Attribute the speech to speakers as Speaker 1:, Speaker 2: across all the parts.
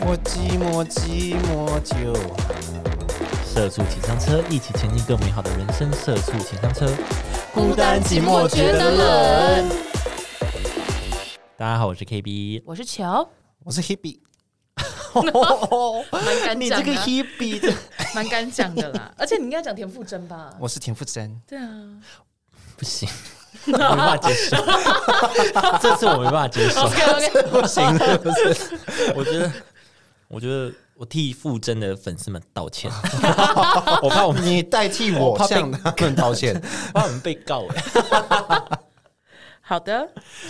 Speaker 1: 我寂寞寂寞就好。
Speaker 2: 社畜请上车，一起前进更美好的人生。社畜请上车，
Speaker 1: 孤单寂寞觉得冷。
Speaker 2: 大家好，我是 KB。
Speaker 3: 我是乔，
Speaker 1: 我是 Hebe，
Speaker 3: 蛮敢
Speaker 1: 你
Speaker 3: 讲
Speaker 1: 这个
Speaker 3: 的，啊
Speaker 1: Hebe，这
Speaker 3: 蛮敢讲的啦。而且你应该讲田馥甄吧？
Speaker 1: 我是田馥甄。
Speaker 3: 对啊，
Speaker 2: 不行， 我没办法接受， 这次我没办法接受，
Speaker 3: OK，OK
Speaker 2: 不行了，不是？ 我觉得，我觉得我替傅真的粉丝们道 歉，我怕我们，
Speaker 1: 你代替
Speaker 2: 我
Speaker 1: 我
Speaker 2: 怕被
Speaker 1: 向他们道 歉。
Speaker 2: 怕我们被告哎。
Speaker 3: 好的，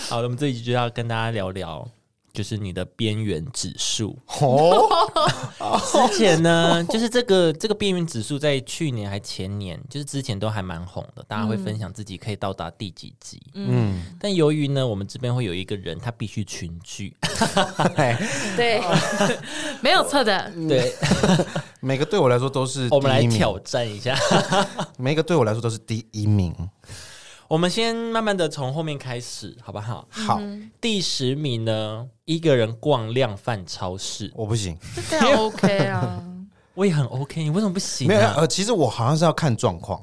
Speaker 2: 好了，我们这一集就要跟大家聊聊，就是你的边缘指数。
Speaker 1: 哦，
Speaker 2: 之前呢，就是这个这个边缘指数在去年还前年，就是之前都还蛮红的，大家会分享自己可以到达第几级。
Speaker 1: 嗯，
Speaker 2: 但由于呢，我们这边会有一个人，他必须群聚，
Speaker 1: 哎
Speaker 3: 对， 没有错的，
Speaker 2: 对，
Speaker 1: 每个对我来说都是
Speaker 2: 我们来
Speaker 1: 第一名
Speaker 2: 挑，战一下。
Speaker 1: 每个对我来说都是第一名。
Speaker 2: 我们先慢慢的从后面开始，好不好？
Speaker 1: 好，
Speaker 2: 第十名呢，一个人逛量贩超市，
Speaker 1: 我不行，
Speaker 3: 这当然 OK 啊。
Speaker 2: 我也很 OK，你为什么不行、
Speaker 1: 没有
Speaker 2: 啊？
Speaker 1: 呃，其实我好像是要看状况。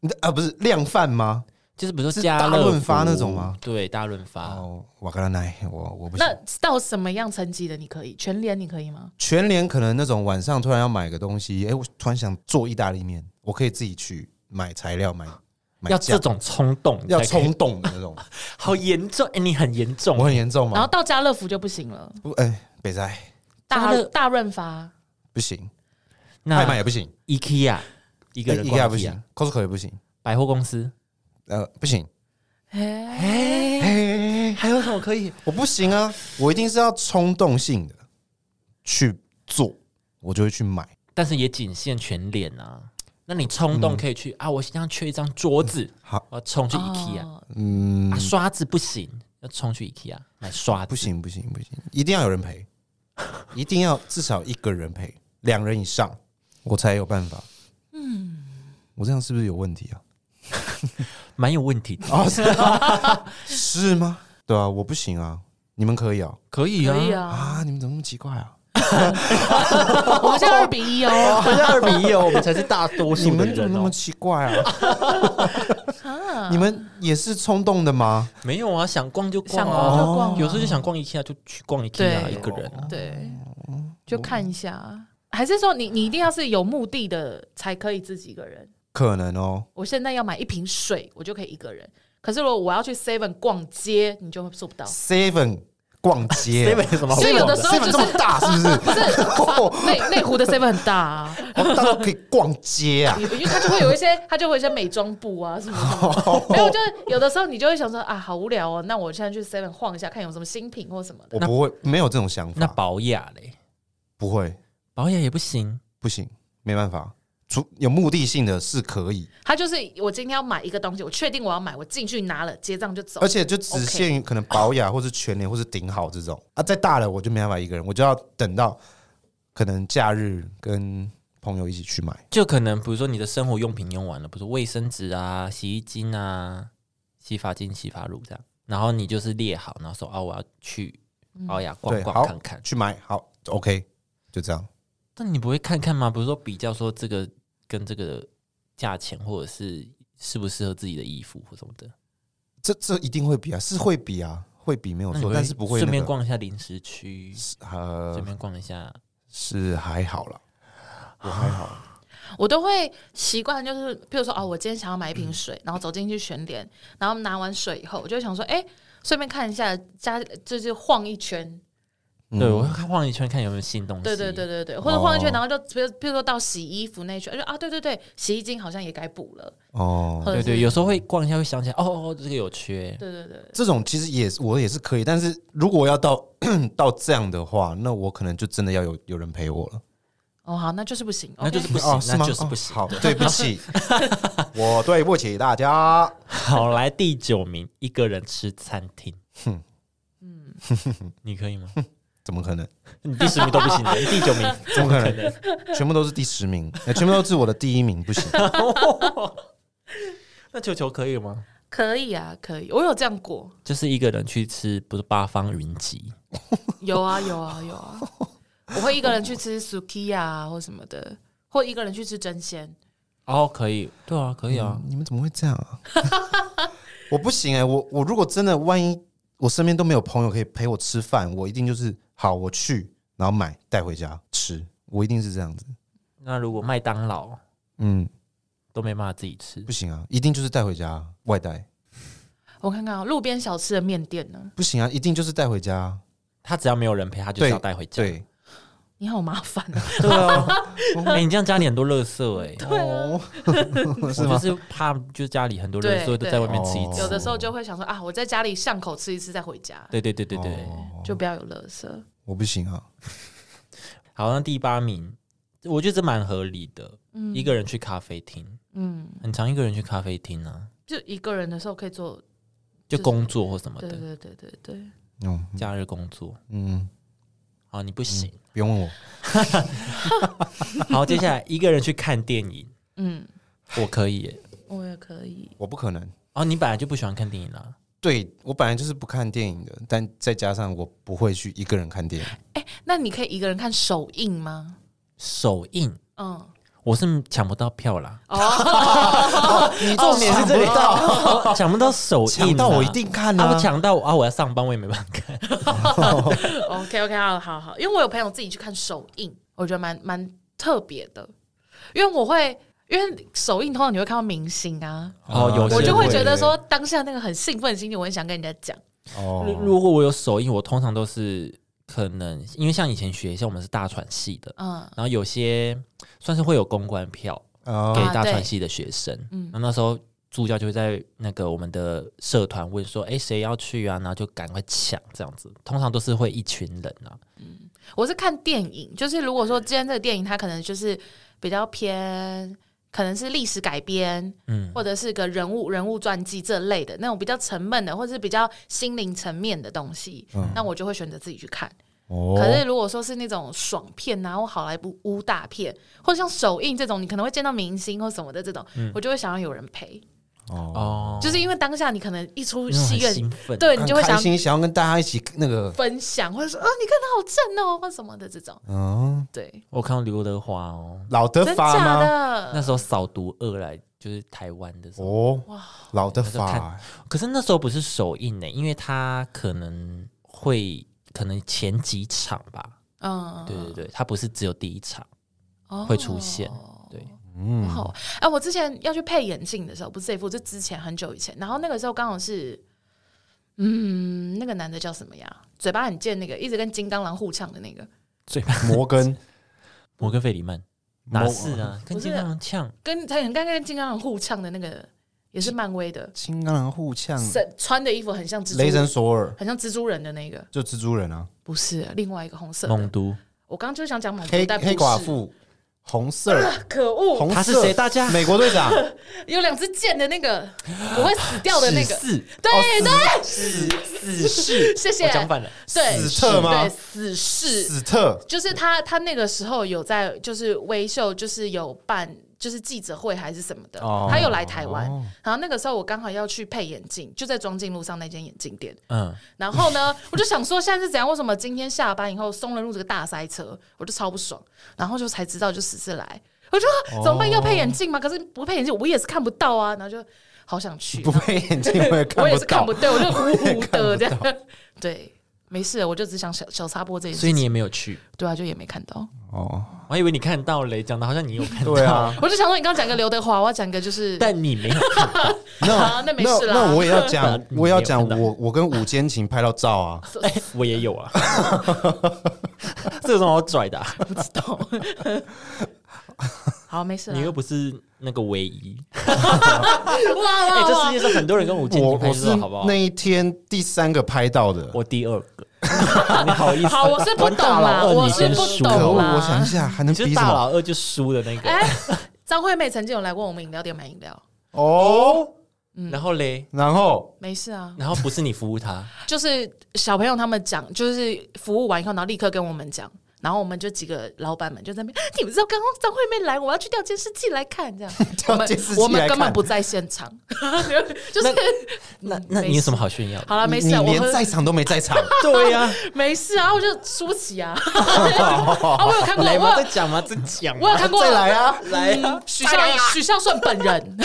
Speaker 1: 你的呃，不是量贩吗？
Speaker 2: 就是比如说
Speaker 1: 是
Speaker 2: 家
Speaker 1: 大
Speaker 2: 乐
Speaker 1: 润发
Speaker 2: 福
Speaker 1: 那种吗？
Speaker 2: 对，大润发。
Speaker 1: 哦，瓦格拉奈，我我不行
Speaker 3: 那。到什么样层级的你可以？全联你可以吗？
Speaker 1: 全联可能那种晚上突然要买个东西，哎、我突然想做意大利面，我可以自己去买材料、买买
Speaker 2: 要这
Speaker 1: 酱，
Speaker 2: 种冲动，
Speaker 1: 要
Speaker 2: 你才可以
Speaker 1: 冲，动的那 种。
Speaker 2: 好严重！哎、你很严
Speaker 1: 我
Speaker 2: 重。
Speaker 1: 很严重
Speaker 3: 然后
Speaker 1: 吗？
Speaker 3: 到家乐福就不行了，
Speaker 1: 不，哎、北斋
Speaker 2: 家
Speaker 3: 大
Speaker 2: 乐
Speaker 3: 大润发
Speaker 1: 不行，
Speaker 2: 那
Speaker 1: 外卖也不行，
Speaker 2: IKEA 啊一个
Speaker 1: 哎
Speaker 2: 人啊
Speaker 1: 一
Speaker 2: 逛
Speaker 1: 个不行，Costco 也不行，
Speaker 2: 百货公司，
Speaker 1: 呃，不行。
Speaker 3: 哎，
Speaker 1: 哎、
Speaker 2: 还有什么可以？
Speaker 1: 我不行啊，我一定是要冲动性的去做，我就会去买。
Speaker 2: 但是也仅限全脸啊。那你冲动可以去、啊，我现在缺一张桌子，
Speaker 1: 嗯好，
Speaker 2: 我要冲去 IKEA、
Speaker 3: 哦
Speaker 1: 嗯
Speaker 2: 啊，，刷子不行，要冲去 IKEA 买刷子。
Speaker 1: 不行不行不行，一定要有人陪，一定要至少一个人陪，两人以上我才有办法。嗯，我这样是不是有问题啊？
Speaker 2: 蛮有问题的。
Speaker 1: 哦，是吗？是吗？对啊，我不行啊，你们可以啊。
Speaker 2: 可以
Speaker 3: 可以
Speaker 2: 啊，
Speaker 3: 啊，
Speaker 1: 啊，你们怎么那么奇怪啊？
Speaker 3: 我们现在二比一哦，
Speaker 2: 不是二比一哦，我们才是大多
Speaker 1: 你
Speaker 2: 数的
Speaker 1: 们怎么
Speaker 2: 人
Speaker 1: 那
Speaker 2: 哦
Speaker 1: 么。奇怪 啊？你们也是冲动的吗？
Speaker 2: 没有啊，想逛就逛啊
Speaker 3: 想逛，就逛啊，
Speaker 2: 有时候就想逛 IKEA 就去逛 IKEA
Speaker 3: 对
Speaker 2: 一个人啊。
Speaker 3: 对，就看一下，还是说你你一定要是有目的的才可以自己一个人？
Speaker 1: 可能哦，
Speaker 3: 我现在要买一瓶水，我就可以一个人。可是如果我要去 Seven 逛街，你就做不到。
Speaker 1: Seven 逛街啊
Speaker 2: Seven 有什么好
Speaker 3: 所以有
Speaker 2: 逛
Speaker 3: 的 时候
Speaker 1: ，Seven
Speaker 3: 就是
Speaker 1: 这么大是不是？
Speaker 3: 不是内内湖的 Seven 很 大啊，
Speaker 1: 我到时候可以逛街啊！
Speaker 3: 因为它就会有一些，它就会有一些美妆部啊什么什么 的。没有，就是有的时候你就会想说啊，好无聊哦，那我现在去 Seven 晃一下，看有什么新品或什么的
Speaker 1: 我。不会，没有这种想
Speaker 2: 那
Speaker 1: 法，
Speaker 2: 保雅嘞，
Speaker 1: 不会，
Speaker 2: 保雅也不行。
Speaker 1: 不行，没办法。除有目的性的是可以，
Speaker 3: 它就是我今天要买一个东西，我确定我要买，我进去拿了结账就走
Speaker 1: 而。且就只限于可能保雅 或是全联或是顶好这种啊。再大了我就没办法一个人，我就要等到可能假日跟朋友一起去买。
Speaker 2: 就可能比如说你的生活用品用完了，比如说卫生纸啊、洗衣精啊、洗发精、洗发乳这样，然后你就是列好，然后说啊，我要去保雅逛
Speaker 1: 对，
Speaker 2: 逛
Speaker 1: 好
Speaker 2: 看看。
Speaker 1: 去买，好，OK，就这样。
Speaker 2: 但你不会看看吗？比如说比较说这个跟这个价钱，或者是适不适合自己的衣服或什么的，
Speaker 1: 这这一定会比啊，是会比啊，会比没有
Speaker 2: 那你
Speaker 1: 错，但是不会
Speaker 2: 顺
Speaker 1: 那
Speaker 2: 便
Speaker 1: 个
Speaker 2: 逛一下零食区，
Speaker 1: 呃
Speaker 2: 顺便逛一下。
Speaker 1: 是还好啦，我还好，
Speaker 3: 我都会习惯，就是譬如说，哦，我今天想要买一瓶
Speaker 1: 嗯
Speaker 3: 水，然后走进去全联，然后拿完水以后，我就会想说，哎、顺便看一下家，就是晃一圈，
Speaker 1: 嗯
Speaker 2: 对，我会看晃一圈看有没有新东西。
Speaker 3: 对对对对对，或者晃一圈，
Speaker 1: 哦
Speaker 3: 然后就譬如譬如说到洗衣服那一圈，就啊，对对对，洗衣精好像也该补了，
Speaker 1: 哦，
Speaker 3: 或者
Speaker 2: 对
Speaker 3: 是
Speaker 2: 对，有时候会逛一下，会想起来哦哦，这个有缺。
Speaker 3: 对对对，
Speaker 1: 这种其实也是我也是可以，但是如果要到 到这样的话，那我可能就真的要有有人陪我了。
Speaker 3: 哦好，那就是不行，
Speaker 2: 那就是不行
Speaker 1: 哦，是吗
Speaker 2: 那就是不行
Speaker 1: 哦好，对不 起，我对不起大家。
Speaker 2: 好，来第九名，一个人吃餐厅。嗯，你可以吗？
Speaker 1: 怎么可能？
Speaker 2: 你第十名都不行的，你第九 名
Speaker 1: 怎么可能？全部都是第十名，呃全部都是我的第一名，不行。
Speaker 2: 那球球可以吗？
Speaker 3: 可以啊，可以，我有这样过，
Speaker 2: 就是一个人去吃，不是八方云集，
Speaker 3: 有啊有啊有啊， 我会一个人去吃 sukiya 啊或什么的，或一个人去吃真鲜。
Speaker 2: 哦，可以，对啊，可以啊，
Speaker 1: 哦你们怎么会这样啊？ 我不行哎、我我如果真的万一我身边都没有朋友可以陪我吃饭，我一定就是好，我去然后买带回家吃，我一定是这样子。
Speaker 2: 那如果麦当劳
Speaker 1: 嗯，
Speaker 2: 都没办法自己吃
Speaker 1: 不，行啊，一定就是带回家外带，
Speaker 3: 我看看啊，路边小吃的面店呢？
Speaker 1: 不行啊，一定就是带回家啊。
Speaker 2: 他只要没有人陪，他就是要带回家。
Speaker 1: 对，
Speaker 3: 你好麻烦啊！
Speaker 2: 对 啊，哎，你这样家里很多垃圾哎，
Speaker 1: 哦，
Speaker 2: 我
Speaker 1: 是吗
Speaker 2: 就是哦怕就是家里很多垃
Speaker 3: 对
Speaker 2: 圾，所以都在外面吃一
Speaker 1: 对
Speaker 2: 吃
Speaker 3: 有。的时候就会想说啊，我在家里巷口吃一次再回家，
Speaker 2: 对对对对对，
Speaker 1: 哦
Speaker 3: 就不要有垃圾。
Speaker 1: 我不行啊。
Speaker 2: 好，那第八名，我觉得这蛮合理的，一个人去咖啡厅，
Speaker 3: 嗯，
Speaker 2: 很常一个人去咖啡厅啊，
Speaker 3: 就一个人的时候可以做，
Speaker 2: 就
Speaker 3: 就是
Speaker 2: 工作或什么
Speaker 3: 对
Speaker 2: 的，
Speaker 3: 对对对对，
Speaker 1: 嗯
Speaker 2: 假日工作。
Speaker 1: 嗯，
Speaker 2: 好，你不行。
Speaker 1: 不用问我，
Speaker 2: 好，接下来一个人去看电影，
Speaker 3: 嗯，
Speaker 2: 我可以耶。
Speaker 3: 我也可以。
Speaker 1: 我不可能。
Speaker 2: 哦，你本来就不喜欢看电影啦，
Speaker 1: 对我本来就是不看电影的，但再加上我不会去一个人看电影，
Speaker 3: 哎那你可以一个人看首映吗？
Speaker 2: 首映
Speaker 3: 嗯，哦
Speaker 2: 我是抢不到票啦，
Speaker 1: 你
Speaker 2: 哦重点是这里
Speaker 1: 到，
Speaker 2: 我哦抢不到首映啦，啊
Speaker 1: 抢哦到我一定看
Speaker 2: 啊，我
Speaker 1: 啊！
Speaker 2: 抢到我啊，我要上班，我也没办法看。
Speaker 3: OK OK，好哦好好，因为我有朋友自己去看首映，我觉得蛮蛮特别的，因为我会。因为首映通常你会看到明星啊，
Speaker 2: 哦，有
Speaker 3: 我
Speaker 2: 些
Speaker 3: 就会
Speaker 1: 会
Speaker 3: 觉得说当下那个很兴奋的心情，我很想跟人家讲。
Speaker 2: 如
Speaker 1: 哦，
Speaker 2: 如果我有首映，我通常都是可能，因为像以前学校我们是大传系的，
Speaker 3: 嗯
Speaker 2: 然后有些算是会有公关票给
Speaker 1: 哦
Speaker 3: 啊
Speaker 2: 大
Speaker 3: 对
Speaker 2: 传系的学生，
Speaker 3: 嗯
Speaker 2: 然后那时候助教就会在那个我们的社团问说，哎，谁要去啊？然后就赶快抢这样子，通常都是会一群人啊，
Speaker 3: 我是看电影，就是如果说今天这个电影它可能就是比较偏，可能是历史改编，
Speaker 2: 嗯，
Speaker 3: 或者是个人物人物传记这类的那种比较沉闷的，或者是比较心灵层面的东西，
Speaker 2: 嗯
Speaker 3: 那我就会选择自己去看。可
Speaker 1: 哦，
Speaker 3: 是如果说是那种爽片啊，或好莱坞大片，或者像首映这种，你可能会见到明星或什么的这种，我就会想要有人陪，
Speaker 1: 哦，
Speaker 2: 嗯哦，
Speaker 3: 就是因为当下你可能一出
Speaker 2: 那种
Speaker 3: 戏
Speaker 2: 很
Speaker 3: 院，
Speaker 2: 兴奋，
Speaker 3: 对你就会
Speaker 1: 很
Speaker 3: 想
Speaker 1: 开
Speaker 3: 要
Speaker 1: 心，想要跟大家一起那个，
Speaker 3: 分享，或者说啊，你看他好正哦，或什么的这种，
Speaker 2: 哦
Speaker 1: 嗯，
Speaker 3: 对，
Speaker 2: 我看到刘德华哦，
Speaker 1: 老德
Speaker 3: 真
Speaker 1: 法
Speaker 3: 假
Speaker 1: 吗？
Speaker 3: 的？
Speaker 2: 那时候扫毒二来就是台湾的时
Speaker 3: 嗯
Speaker 2: 候，
Speaker 1: 哦，老德
Speaker 2: 我在
Speaker 1: 法，
Speaker 2: 可是那时候不是首映呢、因为他可能会可能前几场吧，
Speaker 3: 嗯，
Speaker 2: 对对对，他不是只有第一场
Speaker 3: 哦
Speaker 2: 会出现，对，
Speaker 1: 嗯，
Speaker 3: 好，哎、我之前要去配眼镜的时候，不是这一副，是之前很久以前。然后那个时候刚好是，嗯，那个男的叫什么呀？嘴巴很贱，那个一直跟金刚狼互呛的那个，
Speaker 2: 最怕
Speaker 1: 摩根，
Speaker 2: 摩根费里曼哪
Speaker 1: 摩
Speaker 2: 是啊，跟
Speaker 3: 不是
Speaker 2: 金刚狼呛，
Speaker 3: 跟他很刚跟金刚狼互呛的那个，也是漫威的，
Speaker 1: 金刚狼互呛，
Speaker 3: 身穿的衣服很像蜘蛛，
Speaker 1: 嗯雷神索尔
Speaker 3: 很像蜘蛛人的那个，
Speaker 1: 就蜘蛛人啊，
Speaker 3: 不是另外一个红色
Speaker 2: 猛
Speaker 3: 的。
Speaker 2: 毒，
Speaker 3: 我刚刚就是想讲猛毒
Speaker 1: 黑
Speaker 3: 但不
Speaker 1: 黑寡
Speaker 3: 是，
Speaker 1: 妇，红 色，
Speaker 3: 可恶，
Speaker 1: 红
Speaker 2: 他是
Speaker 1: 色
Speaker 2: 谁？大家
Speaker 1: 美国队 长，
Speaker 3: 有两只剑的那个，我会死掉的那个，
Speaker 2: 死
Speaker 3: 对
Speaker 1: 哦
Speaker 3: 对，
Speaker 2: 死死士，
Speaker 3: 谢谢
Speaker 2: 我，讲反了，
Speaker 3: 对，
Speaker 1: 死特吗
Speaker 3: 对，死士。
Speaker 1: 史特，
Speaker 3: 就是他，他那个时候有在，就是微秀，就是有办，就是记者会还是什么的，
Speaker 1: 哦
Speaker 3: 他有来台湾。
Speaker 1: 哦
Speaker 3: 然后那个时候我刚好要去配眼镜，就在庄敬路上那间眼镜店。
Speaker 2: 嗯，
Speaker 3: 然后呢， 我就想说现在是怎样？为什么今天下班以后松仁路这个大塞车，我就超不爽。然后就才知道就死是来，我就
Speaker 1: 哦
Speaker 3: 说怎么办？要配眼镜吗？可是不配眼镜我也是看不到啊。然后就好想去，
Speaker 1: 不配眼镜我也看
Speaker 3: 我也
Speaker 1: 不
Speaker 3: 是看
Speaker 1: 到
Speaker 3: 不，对，我就糊糊的这样。 对，没事，我就只想小小插播这一
Speaker 2: 所以你也没有去，
Speaker 3: 对啊，就也没看到。
Speaker 1: 哦，
Speaker 2: 我还以为你看到嘞，讲的好像你有看到，
Speaker 1: 对，啊，
Speaker 3: 我就想说，你刚刚讲一个刘德华，我要讲一个就是，
Speaker 2: 但你没有看到，，
Speaker 3: 好，那没
Speaker 1: 那
Speaker 3: 事啦。
Speaker 1: 那我也要讲
Speaker 2: 你
Speaker 1: 我也要讲
Speaker 2: 没有看到
Speaker 1: 我我跟五间情拍到照 啊，
Speaker 2: 哎，我也有啊， 这有什么好拽的啊？
Speaker 3: 不知道。 好，没事啦。
Speaker 2: 你又不是那个唯一，
Speaker 3: 哇
Speaker 2: 哎、
Speaker 3: 哇
Speaker 2: 这世
Speaker 3: 哇！
Speaker 2: 界上很多人跟吴建
Speaker 1: 我我
Speaker 2: 军拍
Speaker 1: 是
Speaker 2: 照，好不好
Speaker 1: 那？一天第三个拍到的，
Speaker 2: 我第二个， 你好意思？
Speaker 3: 好，我是不
Speaker 2: 玩
Speaker 3: 懂
Speaker 2: 大
Speaker 3: 啦，
Speaker 2: 佬二，
Speaker 3: 我
Speaker 2: 你
Speaker 3: 是
Speaker 2: 先
Speaker 3: 不
Speaker 2: 输
Speaker 3: 懂啊
Speaker 1: 可恶，
Speaker 3: 啦。
Speaker 1: 我想一下还能
Speaker 2: 你是
Speaker 1: 比什
Speaker 2: 大
Speaker 1: 么？
Speaker 2: 佬二就输的那个。
Speaker 3: 哎，张惠妹曾经有来过我们饮料店买饮料，
Speaker 1: 哦，
Speaker 2: 嗯然后嘞，
Speaker 1: 然后
Speaker 3: 没事啊。
Speaker 2: 然后 不是你服务他，
Speaker 3: 就是小朋友他们讲，就是服务完以后，然后立刻跟我们讲，然后我们就几个老板们就在那边，你们知道刚刚张惠妹来，我要去调监视器来看，这样
Speaker 1: 调
Speaker 3: 我们
Speaker 1: 监视器
Speaker 3: 我们
Speaker 1: 来
Speaker 3: 根本
Speaker 1: 看
Speaker 3: 不在现场， 就是
Speaker 2: 那
Speaker 3: 嗯
Speaker 2: 那
Speaker 3: 没
Speaker 2: 你有
Speaker 3: 事
Speaker 2: 什么好炫耀 的？
Speaker 3: 好了，没事
Speaker 1: 你
Speaker 3: 啊，我
Speaker 1: 连
Speaker 3: 喝
Speaker 1: 在场都没在 场，
Speaker 2: 对呀、
Speaker 3: 没事啊，我就输不起啊，啊， 我有看过，我
Speaker 2: 来嘛，再
Speaker 3: 有
Speaker 2: 讲嘛，再讲
Speaker 3: 我
Speaker 2: 嘛
Speaker 3: 有，看过，
Speaker 1: 再来啊！
Speaker 2: 来呀、
Speaker 3: 嗯许孝许孝顺本人， 我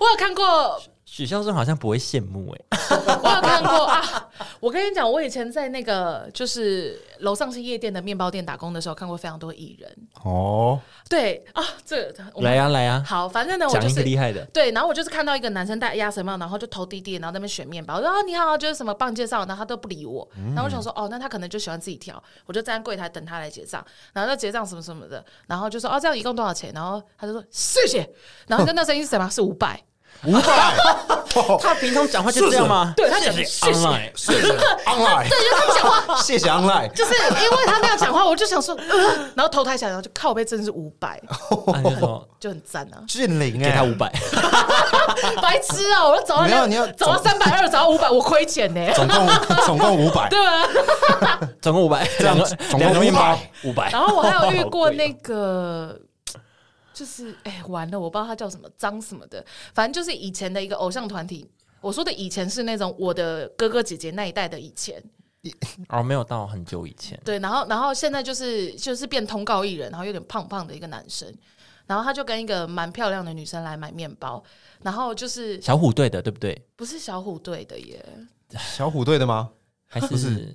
Speaker 3: 我有看过，
Speaker 2: 许孝顺好像不会羡慕哎、
Speaker 3: 我有看过啊！我跟你讲，我以前在那个就是楼上是夜店的面包店打工的时候，看过非常多艺人。
Speaker 1: 哦，
Speaker 3: 对啊，这个我们
Speaker 2: 来呀、来啊呀、
Speaker 3: 好，反正呢，我
Speaker 2: 讲
Speaker 3: 就
Speaker 2: 一个
Speaker 3: 是
Speaker 2: 厉害的，
Speaker 3: 对，然后我就是看到一个男生戴鸭舌帽，然后就头低低，然后在那边选面包，我说啊你好，就是什么帮你介绍，然后他都不理我，
Speaker 1: 嗯
Speaker 3: 然后我想说哦，那他可能就喜欢自己挑，我就站在柜台等他来结账，然后就结账什么什么的，然后就说哦这样一共多少钱，然后他就说谢谢，然后你知道那声音是什么？是五百，
Speaker 1: 五百
Speaker 2: 他平常讲话就这样吗？
Speaker 3: 对他讲
Speaker 2: 谢谢
Speaker 3: 谢谢
Speaker 2: online，
Speaker 1: 谢谢 online，
Speaker 3: 对，就呃他讲话。
Speaker 1: 谢谢 online，，
Speaker 3: 就是因为他那样讲话，我就想说，呃然后头抬起来，然后就靠背真的是五百，
Speaker 2: 他就说
Speaker 3: 就很赞啊
Speaker 1: 俊霖
Speaker 2: 给他五
Speaker 1: 哎，
Speaker 2: 百，
Speaker 3: 白痴啊！我要找到
Speaker 1: 没有你要
Speaker 3: 找到三百二，找到五百，我亏钱呢、
Speaker 1: 总共总共五百，
Speaker 3: 对吧？
Speaker 2: 总共五百，
Speaker 1: 这样
Speaker 2: 两个
Speaker 1: 总共
Speaker 2: 两个面包
Speaker 1: 500
Speaker 2: 五百。
Speaker 3: 然后我还有遇过
Speaker 2: 好
Speaker 3: 那
Speaker 2: 贵啊
Speaker 3: 个，就是哎、完了，我不知道他叫什么张什么的，反正就是以前的一个偶像团体。我说的以前是那种我的哥哥姐姐那一代的以前，
Speaker 2: 哦哦，没有到很久以前，
Speaker 3: 对，然后然后现在就是就是变通告艺人，然后有点胖胖的一个男生，然后他就跟一个蛮漂亮的女生来买面包，然后就是
Speaker 2: 小虎队的对不对？
Speaker 3: 不是小虎队的耶。
Speaker 1: 小虎队的吗？
Speaker 2: 还是
Speaker 1: 是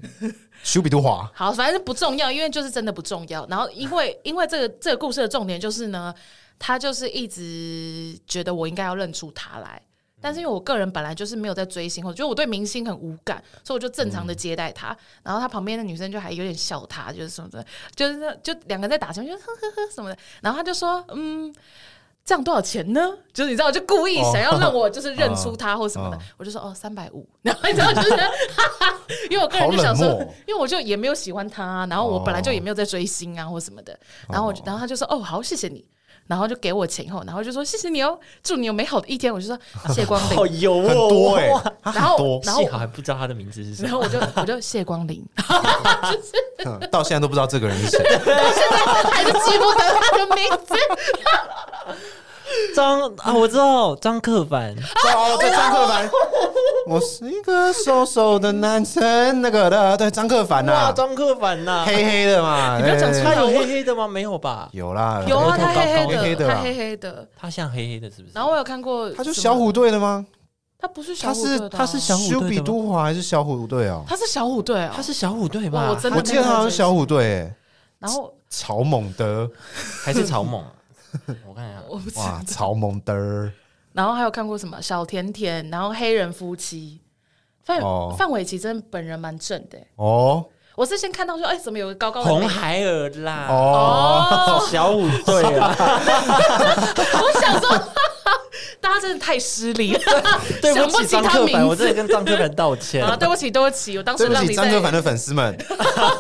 Speaker 1: 修比杜华，
Speaker 3: 好，反正不重要，因为就是真的不重要。然后 因为因为这个这个故事的重点就是呢，他就是一直觉得我应该要认出他来。但是因为我个人本来就是没有在追星，我觉得我对明星很无感，所以我就正常的接待他。
Speaker 1: 嗯
Speaker 3: 然后他旁边的女生就还有点笑他，就是什么的，就是那就两个人在打球，就呵呵呵什么的。然后他就说，嗯，这样多少钱呢？就是你知道，就故意
Speaker 1: 哦
Speaker 3: 想要让我就是认 出他或什么的。
Speaker 1: 嗯
Speaker 3: 我就说哦，三百五。然后你知道就是，哈哈， 因为我个人就想说
Speaker 1: 好冷漠哦，
Speaker 3: 因为我就也没有喜欢他、啊然后我本来
Speaker 1: 哦
Speaker 3: 就也没有在追星啊或什么的，然后我就，然后他就说哦好，谢谢你，然后就给我钱后，然后就说谢谢你哦，祝你有美好的一天，我就说谢 光
Speaker 2: 好
Speaker 3: 临，
Speaker 2: 油哦，
Speaker 1: 很多哎，他
Speaker 3: 然后
Speaker 1: 很多，
Speaker 3: 然后
Speaker 2: 幸好还不知道他的名字是什
Speaker 3: 然
Speaker 2: 么。
Speaker 3: 后我就我就谢光临，
Speaker 1: 嗯到现在都不知道这个人是谁。
Speaker 3: 还是记不得他的名字，
Speaker 2: 张啊，我知道张克凡，
Speaker 1: 哦，对，张克凡， 我是一个瘦瘦的男生，那个的，对，张克凡呐
Speaker 2: 哇，，张克凡呐，
Speaker 1: 黑黑的嘛，
Speaker 3: 你不要讲
Speaker 1: 对
Speaker 3: 出
Speaker 2: 他
Speaker 3: 来
Speaker 2: 有黑黑的吗？没有吧？
Speaker 1: 有啦，
Speaker 3: 有啊，他黑
Speaker 1: 黑黑
Speaker 3: 黑
Speaker 1: 的
Speaker 3: 的，
Speaker 1: 啦
Speaker 3: 他黑黑的，
Speaker 2: 他像黑黑的，是不是？
Speaker 3: 然后我有看过，
Speaker 1: 他就小，虎队的吗？
Speaker 3: 他不是小
Speaker 1: 他
Speaker 3: 虎队
Speaker 1: 是
Speaker 3: 的啊，
Speaker 1: 他是
Speaker 2: 小虎队的吗
Speaker 1: 修比都华还是小虎队哦？
Speaker 3: 他是小虎队哦，
Speaker 2: 他是小虎队吧？
Speaker 3: 哇我真的
Speaker 1: 我记得他好像是小虎队，哎
Speaker 3: 然后
Speaker 1: 曹猛德，
Speaker 2: 还是草蜢啊？我看一下，
Speaker 3: 我不知
Speaker 1: 哇，曹猛德，
Speaker 3: 然后还有看过什么小甜甜，然后黑人夫妻，范
Speaker 1: 哦
Speaker 3: 范玮琪真的本人蛮正的欸、
Speaker 1: 哦
Speaker 3: 我是先看到说，哎、怎么有个高高的妹
Speaker 2: 红孩儿啦，
Speaker 1: 哦，
Speaker 3: 哦，
Speaker 2: 小虎队啊，
Speaker 3: 我想说，大家真的太失礼了，
Speaker 2: 对
Speaker 3: 想
Speaker 2: 不起
Speaker 3: 起
Speaker 2: 张
Speaker 3: 他
Speaker 2: 克凡，
Speaker 3: 名
Speaker 2: 我真的
Speaker 3: 字。
Speaker 2: 跟张克凡道歉
Speaker 3: 好，了，对不起，对不起，我当时
Speaker 1: 对不
Speaker 3: 哦让
Speaker 1: 起，
Speaker 3: 你
Speaker 1: 张
Speaker 3: 在
Speaker 1: 克凡的粉丝们，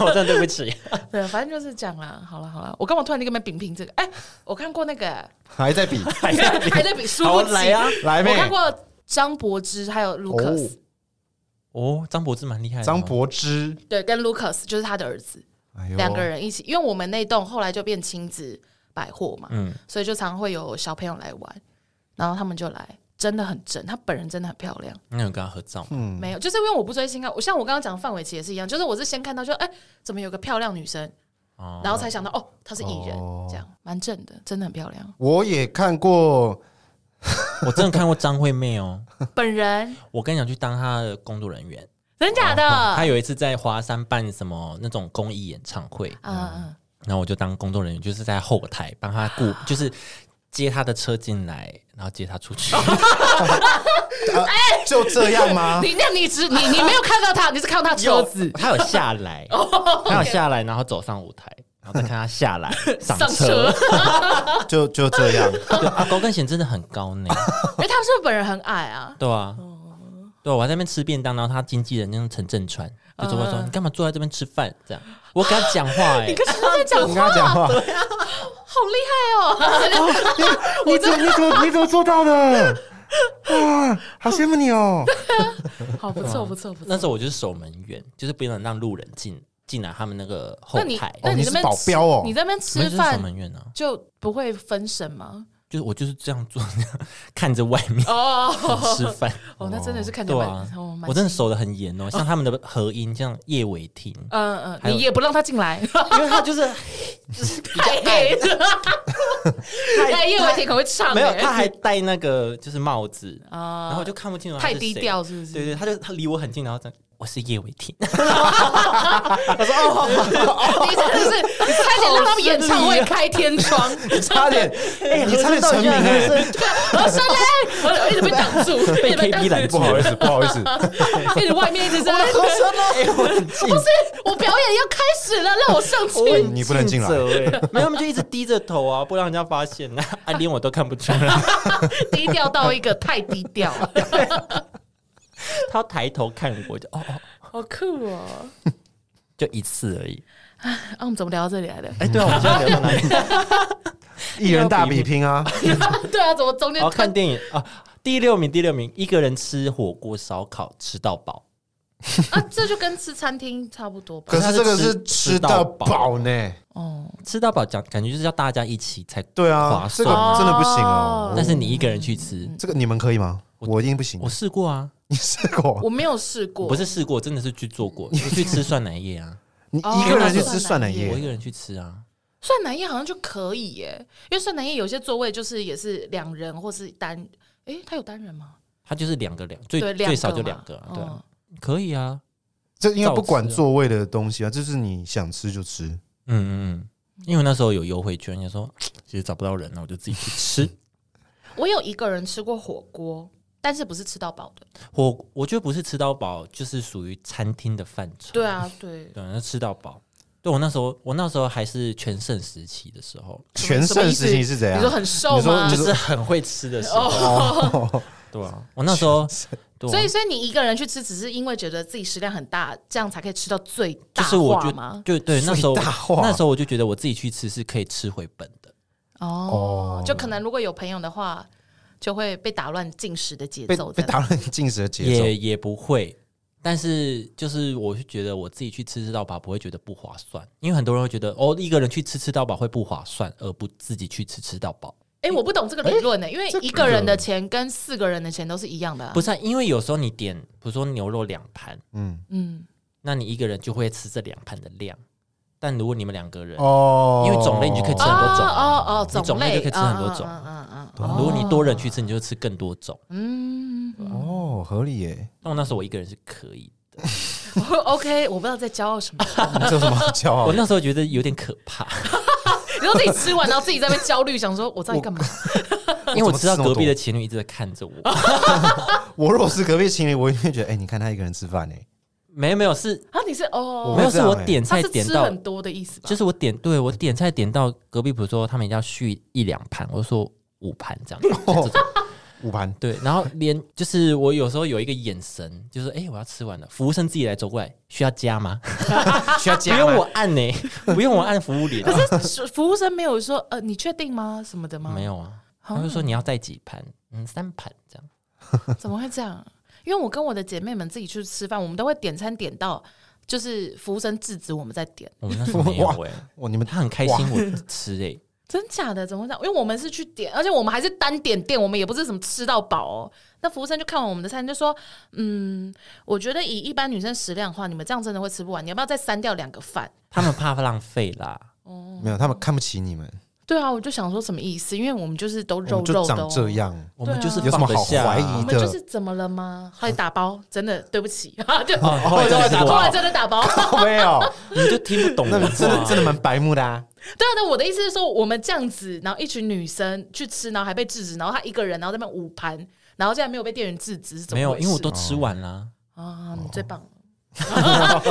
Speaker 2: 我真的对不起。
Speaker 3: 对，反正就是这样啦。好了，好了，我干嘛突然就跟你们比拼这个？哎、我看过那个，
Speaker 1: 还在比，
Speaker 2: 还是你
Speaker 3: 还在比输
Speaker 2: 好
Speaker 3: 不起，
Speaker 2: 来哦啊！
Speaker 1: 来
Speaker 3: 我看
Speaker 1: 妹，
Speaker 3: 过张柏芝还有 Lucas，、
Speaker 2: 哦，张柏芝蛮厉害的，
Speaker 1: 张，柏芝，
Speaker 3: 对，跟 Lucas 就是他的儿子，
Speaker 1: 哎呦
Speaker 3: 两个人一起，因为我们那栋后来就变亲子百货嘛，
Speaker 2: 嗯，
Speaker 3: 所以就常会有小朋友来玩，然后他们就来，真的很正，她本人真的很漂亮。
Speaker 2: 那有跟他合照吗？
Speaker 1: 嗯，
Speaker 3: 没有，就是因为我不追星啊。我像我刚刚讲的范玮琪也是一样，就是我是先看到就哎、怎么有个漂亮女生，
Speaker 2: 哦
Speaker 3: 然后才想到哦，她是艺人，
Speaker 1: 哦。
Speaker 3: 这样蛮正的，真的很漂亮
Speaker 1: 我也看过，
Speaker 2: 我真的看过张惠妹哦，
Speaker 3: 本人哦
Speaker 2: 我跟你讲，去当她的工作人员，
Speaker 3: 真假的？
Speaker 2: 她有一次在华山办什么那种公益演唱会，
Speaker 3: 嗯嗯，
Speaker 2: 然后我就当工作人员，就是在后台帮她顾，
Speaker 3: 啊
Speaker 2: 就是接她的车进来，然后接她出
Speaker 3: 哦
Speaker 2: 去。
Speaker 1: 就这样吗？
Speaker 3: 哦你那你只你你没有看到她，你是看到她车
Speaker 2: 有
Speaker 3: 子 Oh,
Speaker 2: 他有下 来，他有下来，然后走上舞台，然后再看他下 来上
Speaker 3: 上车
Speaker 2: 车。，
Speaker 1: 就就这 样，
Speaker 2: 对啊，高跟鞋真的很高呢，
Speaker 3: 哎，她是不是本人很矮啊？
Speaker 2: 对啊，对啊，我还在那边吃便当，然后他经纪人那种陈振川就走过来说：“你干嘛坐在这边吃饭？”这样，我跟他讲话，哎
Speaker 3: 你，跟谁在 讲
Speaker 1: 你跟
Speaker 3: 话？
Speaker 1: 他讲话，
Speaker 3: 好厉害哦！
Speaker 1: 你怎么你怎么你怎么做到的？哇，好羡慕你哦！
Speaker 3: 好，不错，不错，不错。
Speaker 2: 那时候我就是守门员，就是不能让路人进进来他们那个后
Speaker 3: 那你
Speaker 2: 台。
Speaker 3: 那
Speaker 1: 哦你
Speaker 3: 那
Speaker 1: 是
Speaker 3: 边
Speaker 1: 保
Speaker 3: 吃
Speaker 1: 镖哦
Speaker 3: 你在那边
Speaker 2: 没有就是
Speaker 3: 吃
Speaker 2: 守
Speaker 3: 饭
Speaker 2: 门员啊，
Speaker 3: 就不会分神吗？
Speaker 2: 就是我就是这样做，看着外面
Speaker 3: 哦
Speaker 2: 吃饭。
Speaker 3: 哦，那真的是看起
Speaker 2: 对
Speaker 3: 来
Speaker 2: 啊
Speaker 3: 蛮，哦，蛮
Speaker 2: 我真的守得很严哦，像他们的合音，像叶伟霆，
Speaker 3: 嗯
Speaker 2: 还
Speaker 3: 嗯，
Speaker 2: 有
Speaker 3: 你也不让他进来，
Speaker 2: 因为他就是
Speaker 3: 太黑 了。哎，叶伟霆可会唱欸，
Speaker 2: 没有，他还戴那个就是帽子，
Speaker 3: 啊，
Speaker 2: 然后我就看不清楚他
Speaker 3: 太
Speaker 2: 是
Speaker 3: 低
Speaker 2: 谁。
Speaker 3: 调，是不是？
Speaker 2: 对对，他就他离我很近，然后这样我是叶伟霆，
Speaker 3: 你真的 是你差点让他们演唱会开天窗，
Speaker 1: 你差点，哎你差点成名 哎、
Speaker 3: 我说嘞，我一直被挡住，一
Speaker 2: 被
Speaker 3: 直被挡
Speaker 2: KB 拦
Speaker 1: 不
Speaker 2: 住，
Speaker 1: 好意思，不好意 思，
Speaker 3: 一直外面一直在。
Speaker 2: 和声吗？哎，我很近，
Speaker 3: 不是，我表演要开始了，让我上去。
Speaker 2: 我很
Speaker 1: 哦你不能进来
Speaker 2: 尽责哎没有， 他们就一直低着头啊，不让人家发现啊，啊连我都看不 出来，
Speaker 3: 低调到一个太低 调了，
Speaker 2: 他抬头看我就哦，哦
Speaker 3: 好酷哦！
Speaker 2: 就一次而已。
Speaker 3: 啊，我们怎么聊到这里来 的？
Speaker 2: 哎，对啊，我们现在聊到哪里？
Speaker 1: 艺人大比拼啊！
Speaker 3: 对啊，怎么中间
Speaker 2: 哦，看电影啊，第六名，第六名，一个人吃火锅烧烤吃到饱，
Speaker 3: 啊？这就跟吃餐厅差不多吧？
Speaker 1: 可是这个是吃到饱呢、
Speaker 3: 哦，
Speaker 2: 吃到饱讲感觉就是要大家一起才
Speaker 1: 对啊
Speaker 2: 划，
Speaker 1: 这
Speaker 2: 算
Speaker 1: 个
Speaker 2: 嘛。
Speaker 1: 真的不行哦
Speaker 3: 哦。
Speaker 2: 但是你一个人去吃，
Speaker 3: 嗯
Speaker 1: 这个你们可以吗？我一定不行
Speaker 2: 我。试过啊，
Speaker 1: 你试过？
Speaker 3: 我没有试过，
Speaker 2: 不是试过，真的是去做过，我去吃涮奶叶啊，
Speaker 1: 你
Speaker 3: 哦
Speaker 1: 一个人去吃蒜奶
Speaker 2: 我一
Speaker 1: 叶？
Speaker 2: 个人去吃啊，
Speaker 3: 蒜奶叶好像就可以耶，因为蒜奶叶有些座位就是也是两人或是单，诶，它有单人吗？
Speaker 2: 它就是两个两最
Speaker 3: 对，两
Speaker 2: 最
Speaker 3: 个
Speaker 2: 少就
Speaker 3: 嘛
Speaker 2: 两个啊，对啊
Speaker 3: 嗯，
Speaker 2: 可以啊，
Speaker 1: 这应该不管座位的东西啊，就是你想吃就吃。
Speaker 2: 嗯嗯嗯，因为那时候有优惠券，就说其实找不到人了，我就自己去吃
Speaker 3: 我有一个人吃过火锅，但是不是吃到饱的。
Speaker 2: 火，我觉得不是吃到饱，就是属于餐厅的范畴，
Speaker 3: 对啊，对，
Speaker 2: 对，那吃到饱。对我那时候，我那时候还是全盛时期的时候，
Speaker 1: 全盛时期是怎
Speaker 3: 你说
Speaker 1: 样？
Speaker 3: 很瘦
Speaker 1: 你说
Speaker 3: 吗
Speaker 1: 你
Speaker 2: 就？
Speaker 1: 说
Speaker 2: 是很会吃的时候， 对啊，我那时候，对啊
Speaker 3: 哦所以，所以你一个人去吃，只是因为觉得自己食量很大，这样才可以吃到最
Speaker 2: 就
Speaker 3: 大
Speaker 2: 是我
Speaker 3: 化
Speaker 2: 觉
Speaker 3: 吗？
Speaker 2: 对对，那时候
Speaker 1: 最大化
Speaker 2: 那时候我就觉得我自己去吃是可以吃回本的，
Speaker 3: 哦，就可能如果有朋友的话，就会被打乱进食的节
Speaker 1: 被
Speaker 3: 奏这
Speaker 1: 被
Speaker 3: 样。
Speaker 1: 打乱进食的节奏。
Speaker 2: 也也不会。但是就是我是觉得我自己去吃吃到饱不会觉得不划算，因为很多人会觉得哦，一个人去吃吃到饱会不划算，而不自己去吃吃到饱。
Speaker 3: 哎、我不懂这个理论呢、因为
Speaker 1: 这个
Speaker 3: 一个人的钱跟四个人的钱都是一样的、啊。
Speaker 2: 不
Speaker 3: 是，
Speaker 2: 是、啊，因为有时候你点，比如说牛肉两盘，
Speaker 1: 嗯，
Speaker 3: 嗯，
Speaker 2: 那你一个人就会吃这两盘的量，但如果你们两个人，
Speaker 1: 哦
Speaker 2: 因为种类你就可以吃很多种
Speaker 3: 哦
Speaker 2: 啊
Speaker 3: 哦，
Speaker 2: 你种类就可以吃很多种
Speaker 3: 嗯嗯嗯嗯，
Speaker 2: 如果你多人去吃，你就会吃更多种。
Speaker 3: 嗯
Speaker 1: 哦，合理耶。
Speaker 2: 那我那时候我一个人是可以的，
Speaker 3: ，OK，我不知道在骄傲 什么，
Speaker 1: 你这有什么好骄傲
Speaker 2: 我
Speaker 1: 的？
Speaker 2: 那时候觉得有点可 怕，
Speaker 3: 你说自己吃完，然后自己在那边焦虑，想说我到底干嘛？
Speaker 2: 因为我知道
Speaker 1: 怎么吃那么多啊
Speaker 2: 隔壁的情侣一直在看着我。
Speaker 1: 我如果是隔壁情侣，我一定会觉得，哎，你看他一个人吃饭哎，
Speaker 2: 没有没有是，
Speaker 3: 啊，你是
Speaker 1: 我
Speaker 3: 哦
Speaker 2: 没，有
Speaker 1: 会这
Speaker 2: 是
Speaker 1: 样
Speaker 2: 我
Speaker 1: 欸
Speaker 2: 点
Speaker 3: 他
Speaker 2: 菜
Speaker 3: 是
Speaker 2: 点
Speaker 3: 吃
Speaker 2: 到
Speaker 3: 很，多的意思吧？
Speaker 2: 就是我点对我点菜点到隔壁，比如说他们要续一两盘，我就说五盘这样。
Speaker 1: 哦五盘。
Speaker 2: 对，然后连就是我有时候有一个眼神，就是哎、我要吃完了，服务生自己来走过来，需要加吗？需要加不用我按呢、不用我按服务铃，啊
Speaker 3: 是服务生没有说呃，你确定吗？什么的吗？
Speaker 2: 没，有啊。他就说你要带几盘？嗯，三盘这样。
Speaker 3: 怎么会这样？因为我跟我的姐妹们自己去吃饭，我们都会点餐点到，就是服务生制止我们在点，
Speaker 2: 我们那时候没有哎、
Speaker 1: 哇，哦你们
Speaker 2: 他很开心我吃哎、
Speaker 3: 真假的？怎么会这样？因为我们是去点，而且我们还是单点店，我们也不是什么吃到饱哦。那服务生就看完我们的餐，就说：“嗯，我觉得以一般女生食量的话，你们这样真的会吃不完，你要不要再删掉两个饭
Speaker 2: 他们怕浪费啦。
Speaker 1: 没有，他们看不起你们，？”
Speaker 3: 对啊，我就想说什么意思？因为我们就是都
Speaker 1: 我
Speaker 3: 肉
Speaker 1: 们就
Speaker 3: 肉的、
Speaker 1: 长
Speaker 3: 哦，
Speaker 1: 这样。
Speaker 2: 我们
Speaker 3: 对啊
Speaker 2: 就是
Speaker 1: 有什么
Speaker 2: 放得
Speaker 1: 好
Speaker 2: 下啊
Speaker 1: 怀疑的
Speaker 3: 我们就是怎么了吗？后来打包，真的对不起，啊哦对，
Speaker 2: 后来真的打包
Speaker 3: 后来真的打包。
Speaker 1: 没有，
Speaker 2: 你就听不懂
Speaker 1: 那
Speaker 2: 我
Speaker 1: 你真的
Speaker 2: 话啊
Speaker 1: 真的蛮白目的啊。
Speaker 3: 对啊，那我的意思是说，我们这样子，然后一群女生去吃，然后还被制止，然后她一个人，然后在那边五盘，然后竟然没有被店员制止，是怎
Speaker 2: 没
Speaker 3: 么
Speaker 2: 有，
Speaker 3: 回事
Speaker 2: 因为我都吃完啦，
Speaker 3: 啊，你最棒，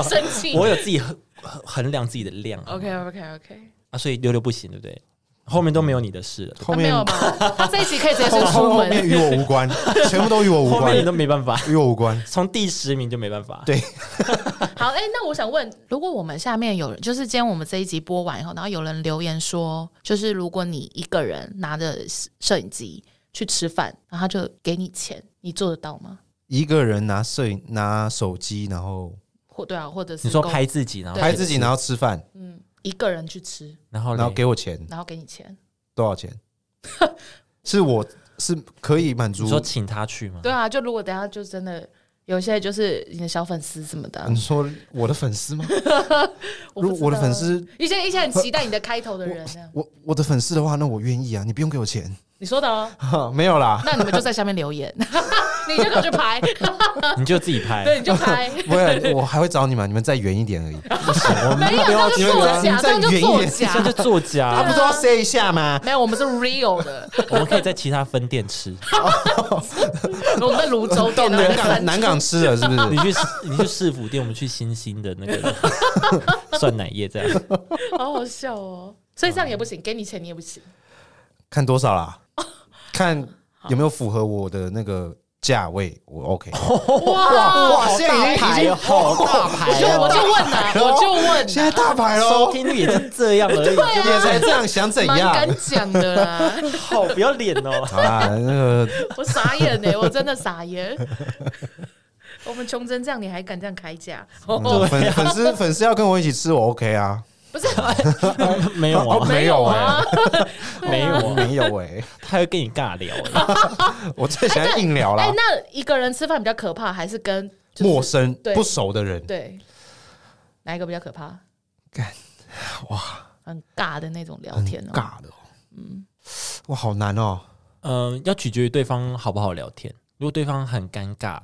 Speaker 3: 生气。
Speaker 2: 我有自己衡衡衡量自己的量啊
Speaker 3: OK OK OK，
Speaker 2: 啊，所以溜溜不行，对不对？后面都没有你的事了，
Speaker 1: 后
Speaker 3: 没
Speaker 1: 面
Speaker 3: 有吧？他这一集可以直接
Speaker 1: 后
Speaker 3: 说
Speaker 1: 后
Speaker 3: 出
Speaker 1: 后面
Speaker 3: 门。
Speaker 1: 与我无 关，全部都与我无
Speaker 2: 后面你
Speaker 1: 关，
Speaker 2: 都没办法，
Speaker 1: 与我无关。
Speaker 2: 从第十名就没办法。
Speaker 1: 对
Speaker 3: 好，哎、那我想问，如果我们下面有人，就是今天我们这一集播完以后，然后有人留言说，就是如果你一个人拿着摄影机去吃饭，然后他就给你钱，你做得到吗？
Speaker 1: 一个人拿摄影拿手机，然后
Speaker 3: 或对啊，或者是
Speaker 2: 你说
Speaker 3: 够
Speaker 2: 拍自己，然后
Speaker 3: 对
Speaker 1: 拍自己，然后吃饭，
Speaker 3: 嗯一个人去吃，
Speaker 2: 然后
Speaker 1: 然后
Speaker 2: 嘞
Speaker 1: 给我钱
Speaker 3: 然后给你钱，
Speaker 1: 多少 钱？是我是可以满足
Speaker 2: 你说请他去吗？
Speaker 3: 对啊，就如果等一下就真的有些就是你的小粉丝什么的啊，
Speaker 1: 你说我的粉丝吗？嗯
Speaker 3: 我
Speaker 1: 如
Speaker 3: 不知
Speaker 1: 我的
Speaker 3: 道
Speaker 1: 粉
Speaker 3: 啊
Speaker 1: 丝，
Speaker 3: 一些一些很期待你的开头的人这样，
Speaker 1: 我我的粉丝的话，那我愿意啊，你不用给我钱，
Speaker 3: 你说的哦，
Speaker 1: 没有啦，
Speaker 3: 那你们就在下面留言， 你就给我去拍，
Speaker 2: 你就自己拍，
Speaker 3: 对，你就拍。
Speaker 1: 不会，啊我还会找你们，你们再远一点 而已。不行，我们
Speaker 3: 没有，这样
Speaker 1: 你
Speaker 3: 就
Speaker 1: 们
Speaker 3: 作
Speaker 1: 再你们再
Speaker 3: 假，这样就
Speaker 1: 远一
Speaker 3: 作
Speaker 1: 点，
Speaker 2: 这
Speaker 3: 假
Speaker 2: 就。作
Speaker 3: 啊
Speaker 1: 他
Speaker 2: 家，
Speaker 1: 不是要 say 一下吗？
Speaker 3: 没有，我们是 real 的，
Speaker 2: 我们可以在其他分店吃。
Speaker 3: 我们在泸州
Speaker 1: 到
Speaker 3: 店
Speaker 1: 南
Speaker 3: 然后在三
Speaker 1: 港南港吃了是不
Speaker 2: 你
Speaker 1: 是？
Speaker 2: 去你去市府店，我们去新兴的那个酸奶液 这样。
Speaker 3: 好好笑哦。所以这样也不行，给你钱你也不行。
Speaker 1: 看多少 啦？看有没有符合我的那个价位，我 OK。
Speaker 3: 哇
Speaker 1: 现在已经已经
Speaker 2: 好大牌
Speaker 3: 我就
Speaker 1: 哦
Speaker 3: 我就问啊，我就 问
Speaker 1: 现在大牌
Speaker 2: 收
Speaker 1: 喽，
Speaker 2: 听率也是这样而已，
Speaker 1: 也才这样，想怎
Speaker 3: 蛮
Speaker 1: 样
Speaker 3: 敢？讲的啦，
Speaker 2: 好不要脸 哦。
Speaker 1: 好啦，那个
Speaker 3: 我傻 眼呢，我真的傻眼。 我们穷成这样，你还敢这样开价？哦
Speaker 1: 嗯粉粉丝粉丝要跟我一起吃，我 OK 啊？
Speaker 3: 不是，
Speaker 2: 没有
Speaker 1: 哦
Speaker 2: 啊，
Speaker 1: 没有哎，
Speaker 2: 没有
Speaker 1: 我
Speaker 2: 啊，
Speaker 1: 没有 哎，
Speaker 2: 他会跟你尬聊欸。
Speaker 1: 我最喜欢硬聊
Speaker 3: 哎
Speaker 1: 啦，，
Speaker 3: 那一个人吃饭比较可怕，还是跟就是
Speaker 1: 陌生
Speaker 3: 对
Speaker 1: 不熟的人，
Speaker 3: 对，哪一个比较可怕？
Speaker 1: 干
Speaker 3: 哇，很尬的那种聊
Speaker 1: 很
Speaker 3: 天哦，
Speaker 1: 尬的，嗯，哇，好难哦。
Speaker 2: 嗯，要取决于对方好不好聊天。如果对方很尴尬，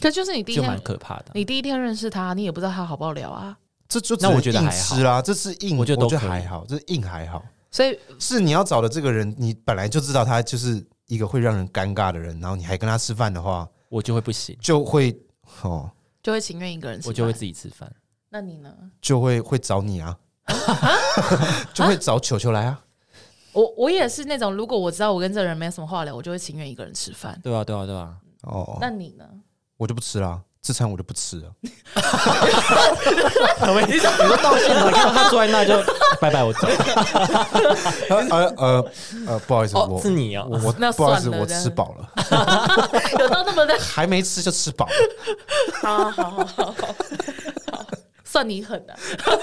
Speaker 3: 可就是你第一
Speaker 2: 就蛮
Speaker 3: 天，
Speaker 2: 可怕的。
Speaker 3: 你第一天认识他，你也不知道他好不好聊啊，
Speaker 1: 这就只
Speaker 2: 那我
Speaker 1: 能
Speaker 2: 觉得
Speaker 1: 硬
Speaker 2: 还好
Speaker 1: 吃啦，这是硬，
Speaker 2: 我觉得都可以
Speaker 1: 还好，这是硬还好。
Speaker 3: 所以
Speaker 1: 是你要找的这个人，你本来就知道他就是一个会让人尴尬的人，然后你还跟他吃饭的话，
Speaker 2: 我就会不行，
Speaker 1: 就会哦，
Speaker 3: 就会情愿一个人吃饭。
Speaker 2: 我就会自己吃饭。
Speaker 3: 那你呢？
Speaker 1: 就会会找你 啊，就会找球球来啊。
Speaker 3: 我我也是那种，如果我知道我跟这个人没什么话聊，我就会情愿一个人吃饭。
Speaker 2: 对啊，对啊，对 啊。
Speaker 1: 哦，
Speaker 3: 那你呢？
Speaker 1: 我就不吃啦，这餐我就不吃了。
Speaker 2: 你说到现场看到他坐在那 就拜拜，我走。
Speaker 1: 呃呃呃，不好意思，
Speaker 2: 哦，
Speaker 1: 我
Speaker 2: 是你哦，
Speaker 1: 我我
Speaker 3: 那
Speaker 1: 不好意思，
Speaker 3: 算了
Speaker 1: 我
Speaker 3: 这样
Speaker 1: 吃饱了，
Speaker 3: 有到那么的？
Speaker 1: 还没吃就吃饱了。
Speaker 3: 好好好好好，算你狠啊！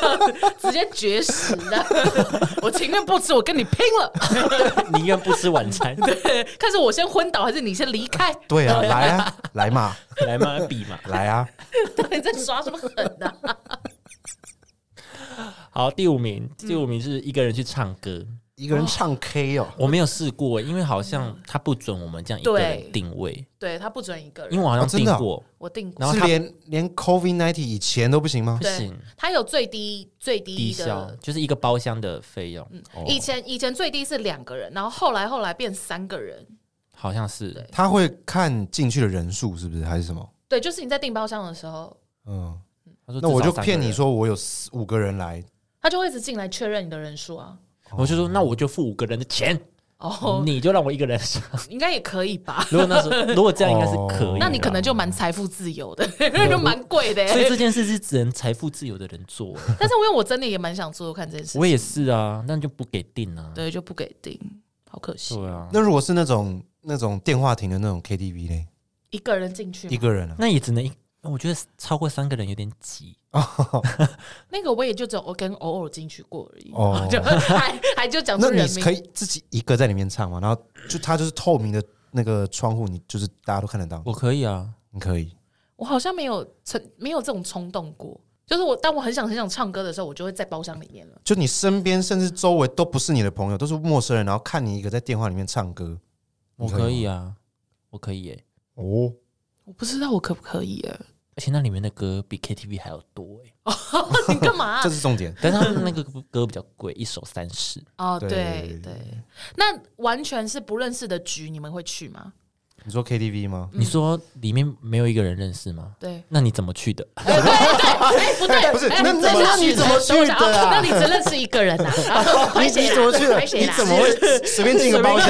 Speaker 3: 直接绝食的，我情愿不吃，我跟你拼了！
Speaker 2: 宁愿不吃晚 餐，
Speaker 3: 看是我先昏倒，还是你先离开？
Speaker 1: 对啊，来啊，来嘛，
Speaker 2: 来嘛比嘛。
Speaker 1: 来啊，
Speaker 3: 你在耍什么狠啊呢、
Speaker 2: 好，第五名，第五名是一个人去唱歌。
Speaker 1: 一个人唱 K 哦，
Speaker 2: 我没有试过，因为好像他不准我们这样一个人定位，
Speaker 3: 对他不准一个
Speaker 2: 因为
Speaker 3: 人，
Speaker 2: 我好像
Speaker 1: 哦真
Speaker 2: 定
Speaker 1: 的哦
Speaker 2: 过，
Speaker 3: 我定过
Speaker 2: 然。后
Speaker 1: 是
Speaker 2: 他
Speaker 1: 连连 COVID nineteen 以前都不行吗？
Speaker 2: 不
Speaker 3: 对
Speaker 2: 行，
Speaker 3: 他有最低最
Speaker 2: 低
Speaker 3: 低
Speaker 2: 消哦
Speaker 3: 的，
Speaker 2: 就是一个嗯包厢的费用，
Speaker 1: 哦
Speaker 3: 以前以前最低是两个人，然后后来后来变三个人。
Speaker 2: 好像是
Speaker 3: 对。
Speaker 1: 他会看进去的人数是不是还是什么？
Speaker 3: 对，就是你在订包厢的时候，
Speaker 1: 嗯，
Speaker 2: 他说
Speaker 1: 那我
Speaker 2: 至
Speaker 1: 就
Speaker 2: 少三个
Speaker 1: 骗你
Speaker 2: 人，嗯
Speaker 1: 说我有四五个人来，
Speaker 3: 他就会一直进来确认你的人数啊。
Speaker 2: 我就说那我就付五个人的钱，
Speaker 3: 哦，
Speaker 2: 你就让我一个人上。
Speaker 3: 应该也可以吧？
Speaker 2: 如果那时候如果这样应该是可以
Speaker 1: 哦
Speaker 2: 啦，
Speaker 3: 那你可能就蛮财富自由的，因为就蛮贵的、
Speaker 2: 所以这
Speaker 3: 欸。
Speaker 2: 件事是只能财富自由的人做，欸
Speaker 3: 但是因为我真的也蛮想做做看这件 事
Speaker 2: 我
Speaker 3: 情，
Speaker 2: 也是啊，那就不给定啊。
Speaker 3: 对，就不给订，好可惜。
Speaker 2: 对啊，
Speaker 1: 那如果是那种那种电话亭的那种 KTV 嘞，
Speaker 3: 一个人进去
Speaker 1: 一
Speaker 2: 嗯
Speaker 3: 嘛，
Speaker 1: 个人啊，
Speaker 2: 那也只能一，我觉得超过三个人有点挤。
Speaker 3: 那个我也就只有我跟偶尔进去过而已。
Speaker 1: 哦
Speaker 3: 就 还还就讲出
Speaker 1: 那你
Speaker 3: 人名
Speaker 1: 可以自己一个在里面唱嘛？然后就它就是透明的那个窗户，你就是大家都看得到，
Speaker 2: 我可以啊，
Speaker 1: 你可以。
Speaker 3: 我好像没有曾没有这种冲动过。就是我当我很想很想唱歌的时候，我就会在包厢里面了。
Speaker 1: 就你身边甚至周围都不是你的朋友，都是陌生人，然后看你一个在电话里面唱歌，
Speaker 2: 我可以啊，我可以耶、
Speaker 1: 哦，
Speaker 3: 我不知道我可不可以
Speaker 1: 啊
Speaker 3: 哎、
Speaker 2: 而且那里面的歌比 KTV 还要多 哎、
Speaker 3: 你干嘛、啊
Speaker 1: 这是重点。
Speaker 2: 但是他们那个歌比较贵，一首三十。
Speaker 3: 哦，
Speaker 1: 对
Speaker 3: 对对，那完全是不认识的局，你们会去吗？
Speaker 1: 你说 KTV 吗？
Speaker 2: 你说里面没有一个人认识吗？
Speaker 3: 对，
Speaker 2: 那你怎么去 的？
Speaker 3: 哎对对，哎不对，
Speaker 1: 不是
Speaker 3: 哎
Speaker 1: 那
Speaker 3: 等一
Speaker 1: 怎么
Speaker 3: 下
Speaker 1: 你怎么去
Speaker 3: 等我想
Speaker 1: 的啊
Speaker 3: 哦那你只认识一个人 啊？啊
Speaker 1: 你
Speaker 3: 拍谁
Speaker 1: 你
Speaker 3: 啦
Speaker 1: 怎么去的？
Speaker 3: 拍谁
Speaker 1: 你
Speaker 3: 啦
Speaker 1: 怎么会随便进个包厢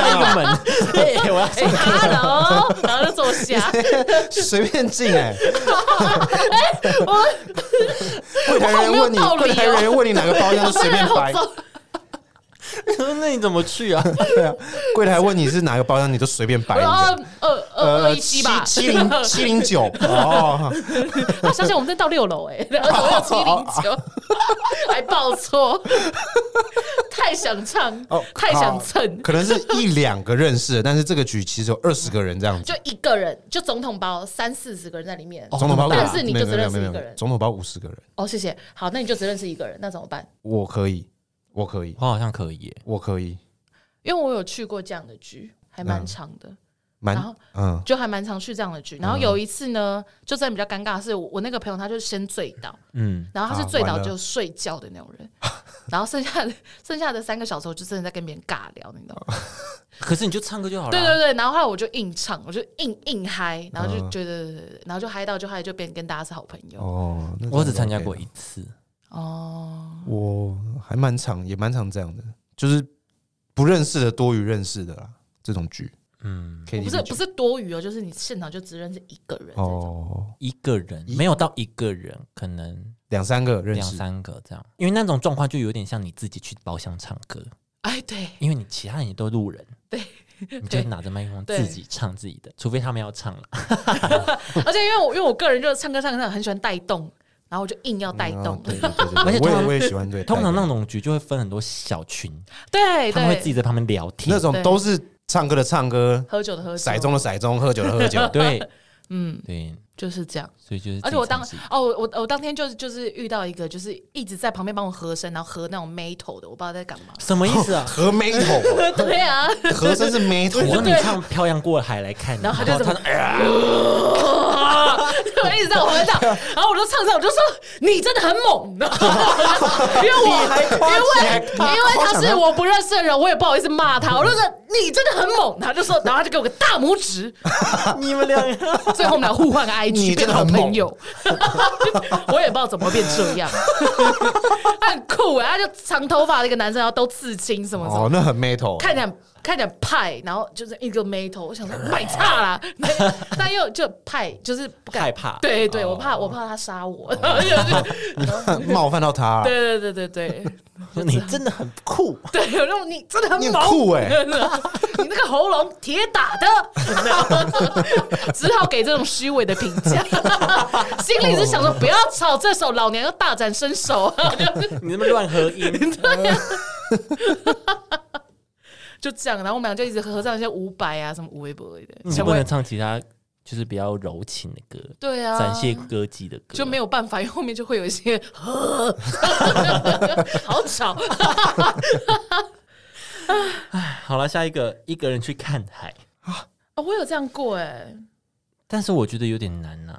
Speaker 2: 随
Speaker 1: 啊？
Speaker 2: 便开个门，哎我要
Speaker 3: 哎哈喽，然后就坐下。
Speaker 1: 随便进哎、
Speaker 3: 我
Speaker 1: 柜台人员问你，
Speaker 3: 好没有道理哦哦
Speaker 1: 柜台人员问你哪个包厢就随便
Speaker 3: 我
Speaker 1: 摆。
Speaker 3: 走
Speaker 2: 那你怎么去啊？
Speaker 1: 对啊，柜台问你是哪个包厢，你就随便摆一
Speaker 3: 我说
Speaker 1: 个。
Speaker 3: 二呃二二二一七吧，
Speaker 1: 七七零七零九哦，
Speaker 3: 他想想我们在到六楼哎、然后到七零
Speaker 1: 哦
Speaker 3: 九， 还报错，太想唱，
Speaker 1: 哦
Speaker 3: 太想蹭，
Speaker 1: 可能是一两个认识的，但是这个局其实有二十个人这样子
Speaker 3: 就。一个人，就总统包三四十个人在里面。
Speaker 2: 哦
Speaker 1: 总统包
Speaker 2: 这么大
Speaker 1: 五
Speaker 3: 但是你
Speaker 1: 没有
Speaker 3: 就
Speaker 1: 没有
Speaker 3: 只
Speaker 1: 没有
Speaker 3: 认识一个
Speaker 1: 没有
Speaker 3: 人
Speaker 1: 总统包五十个人，
Speaker 3: 哦，谢谢。好，那你就只认识一个人，那怎么办？
Speaker 1: 我可以，我可以，
Speaker 2: 我好像可以耶，
Speaker 1: 我可以，
Speaker 3: 因为我有去过这样的局，还蛮长的，
Speaker 1: 嗯蛮
Speaker 3: 然后
Speaker 1: 嗯
Speaker 3: 就还蛮常去这样的局。然后有一次呢，就真的比较尴尬的是，我我那个朋友他就先醉倒，
Speaker 2: 嗯，
Speaker 3: 然后他
Speaker 1: 啊
Speaker 3: 是醉倒
Speaker 1: 完了
Speaker 3: 就睡觉的那种人，然后剩下的剩下的三个小时，我就真的在跟别人尬聊，你知道吗？
Speaker 2: 可是你就唱歌就好了。啊
Speaker 3: 对对对，然后后来我就硬唱，我就硬硬嗨，然后就
Speaker 1: 嗯
Speaker 3: 觉得，然后就嗨到就嗨，就变跟大家是好朋友
Speaker 1: 哦，那
Speaker 2: 我
Speaker 1: 这样
Speaker 2: 只参加
Speaker 1: OK
Speaker 2: 过一次，
Speaker 3: 哦。
Speaker 1: 我还蛮常，也蛮常这样的，就是不认识的多于认识的啦。这种剧
Speaker 2: 嗯，
Speaker 1: 可以
Speaker 3: 不
Speaker 1: 理
Speaker 3: 是
Speaker 1: 解
Speaker 3: 不是多余哦，就是你现场就只认识一个人这种。
Speaker 1: 哦，
Speaker 2: 一个人
Speaker 1: 一
Speaker 2: 没有到一个人，可能
Speaker 1: 两三个认
Speaker 2: 两
Speaker 1: 识，
Speaker 2: 三个这样，因为那种状况就有点像你自己去包厢唱歌，
Speaker 3: 哎，对，
Speaker 2: 因为你其他人也都路人，
Speaker 3: 对，
Speaker 2: 你就拿着麦克风
Speaker 3: 对
Speaker 2: 自己唱自己的，除非他们要唱了。
Speaker 3: 而且因为我因为我个人就是唱歌唱歌唱歌很喜欢带动，然后我就硬要带
Speaker 1: 嗯
Speaker 3: 动
Speaker 1: 哦，对对对对，
Speaker 2: 而且
Speaker 1: 我
Speaker 2: 通
Speaker 1: 也
Speaker 2: 常
Speaker 1: 我也喜欢对，
Speaker 2: 通常
Speaker 1: 带
Speaker 2: 那
Speaker 1: 动
Speaker 2: 种局就会分很多小群，
Speaker 3: 哎对
Speaker 2: 他们会自己
Speaker 3: 对，
Speaker 2: 在旁边聊天，
Speaker 1: 那，种
Speaker 3: 对
Speaker 1: 都是唱歌的唱歌，
Speaker 3: 喝酒的喝
Speaker 1: 骰
Speaker 3: 酒，
Speaker 1: 盅的骰盅，喝酒的喝酒
Speaker 2: 对
Speaker 3: 嗯，
Speaker 2: 对，
Speaker 3: 就是这样。
Speaker 2: 所以就是自己
Speaker 3: 而且我当
Speaker 2: 尝试。
Speaker 3: 哦，我我我当天就是就是遇到一个就是一直在旁边帮我和声，然后和那种 metal 的，我不知道在干嘛
Speaker 2: 什么意思 啊？
Speaker 1: 和眉头，
Speaker 3: 对啊，
Speaker 1: 和声是眉头
Speaker 2: 我，说你唱《漂洋过海来看你》，
Speaker 3: 然后他就怎么
Speaker 2: 说哎 呀
Speaker 3: 我一直在我在唱，然后我就唱唱，我就说你真的很猛， 因为我因为因为他是我不认识的人，我也不好意思骂他，我就说你真的很猛，他就说，然后他就给我个大拇指，
Speaker 2: 啊你们两个，
Speaker 3: 最后我们俩互换个
Speaker 1: 你
Speaker 3: IG
Speaker 1: 真
Speaker 3: 变
Speaker 1: 的
Speaker 3: 成好
Speaker 1: 很猛
Speaker 3: 朋友， 我也不知道怎么变这样， 他很酷哎、他就长头发的一个男生，然后都刺青什么什么。
Speaker 1: 哦，那很眉头，
Speaker 3: 看起来看起来派，然后就是一个眉头，我想说买差啦， 那那又就派，就是不敢
Speaker 2: 害怕哦
Speaker 3: 对
Speaker 1: 哦
Speaker 3: 对，我怕我怕他杀我， 然后就是
Speaker 1: 冒犯到他了，
Speaker 3: 对对对对对
Speaker 2: 说你真的很酷，
Speaker 3: 对，有那种你真的很
Speaker 1: 你很
Speaker 3: 猛，
Speaker 1: 酷欸
Speaker 3: 你那个喉咙铁打的， 只好给这种虚伪的评 价，心里是想说不要吵这首，老娘要大展身手，
Speaker 2: 你那么乱合音，
Speaker 3: 就这样，然后我们俩就一直合唱一些伍佰啊什么五微博的，
Speaker 2: 嗯你
Speaker 3: 成
Speaker 2: 不
Speaker 3: 为
Speaker 2: 能唱其他就是比较柔情的歌，
Speaker 3: 对啊，
Speaker 2: 展现歌姬的歌，
Speaker 3: 就没有办法，因为后面就会有一些 好吵。
Speaker 2: 好了，下一个一个人去看海，
Speaker 3: 哦我有这样过哎、
Speaker 1: 嗯
Speaker 2: 但是我觉得有点难呐、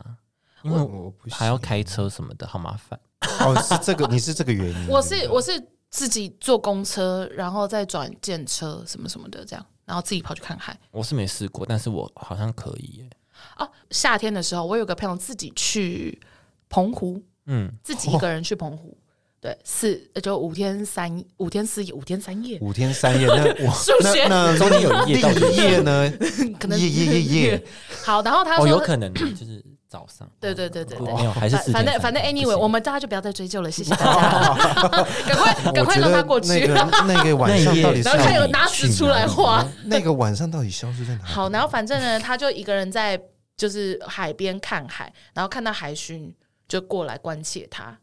Speaker 2: 因
Speaker 1: 我
Speaker 2: 为
Speaker 1: 我不行
Speaker 2: 还要开车什么的，好麻烦。
Speaker 1: 哦，是这个，你是这个原因，
Speaker 3: 我是我是自己坐公车，然后再转电车什么什么的这样，然后自己跑去看海。
Speaker 2: 我是没试过，但是我好像可以耶。
Speaker 3: 哦，夏天的时候，我有个朋友自己去澎湖，
Speaker 2: 嗯，
Speaker 3: 自己一个人去澎湖，对，四呃就五天三五天四夜，五天三夜，
Speaker 1: 五天三夜，那我
Speaker 3: 数学
Speaker 1: 那那
Speaker 2: 中间有一页到底
Speaker 1: 另一页呢？
Speaker 3: 可能
Speaker 1: 夜夜夜夜，
Speaker 3: 好，然后他说
Speaker 2: 哦，有可能就是早上。哦
Speaker 3: 对对对对对
Speaker 2: 没有，还是
Speaker 3: 反
Speaker 2: 四
Speaker 3: 反
Speaker 2: 点三
Speaker 3: 正反正
Speaker 2: 不行
Speaker 3: anyway，我们大家就不要再追究了，谢谢大家， 赶快赶
Speaker 1: 我
Speaker 3: 快
Speaker 1: 觉
Speaker 3: 让
Speaker 1: 得
Speaker 3: 他过
Speaker 1: 那
Speaker 3: 去。
Speaker 1: 个那个晚上到底是
Speaker 3: 然后
Speaker 1: 要
Speaker 3: 看有
Speaker 1: 你
Speaker 3: 拿
Speaker 1: 去
Speaker 3: 纸出来
Speaker 1: 哪里
Speaker 3: 画
Speaker 1: 呢，那个晚上到底消失在哪里？
Speaker 3: 好，然后反正呢，他就一个人在就是海边看海，然后看到海巡就过来关切他。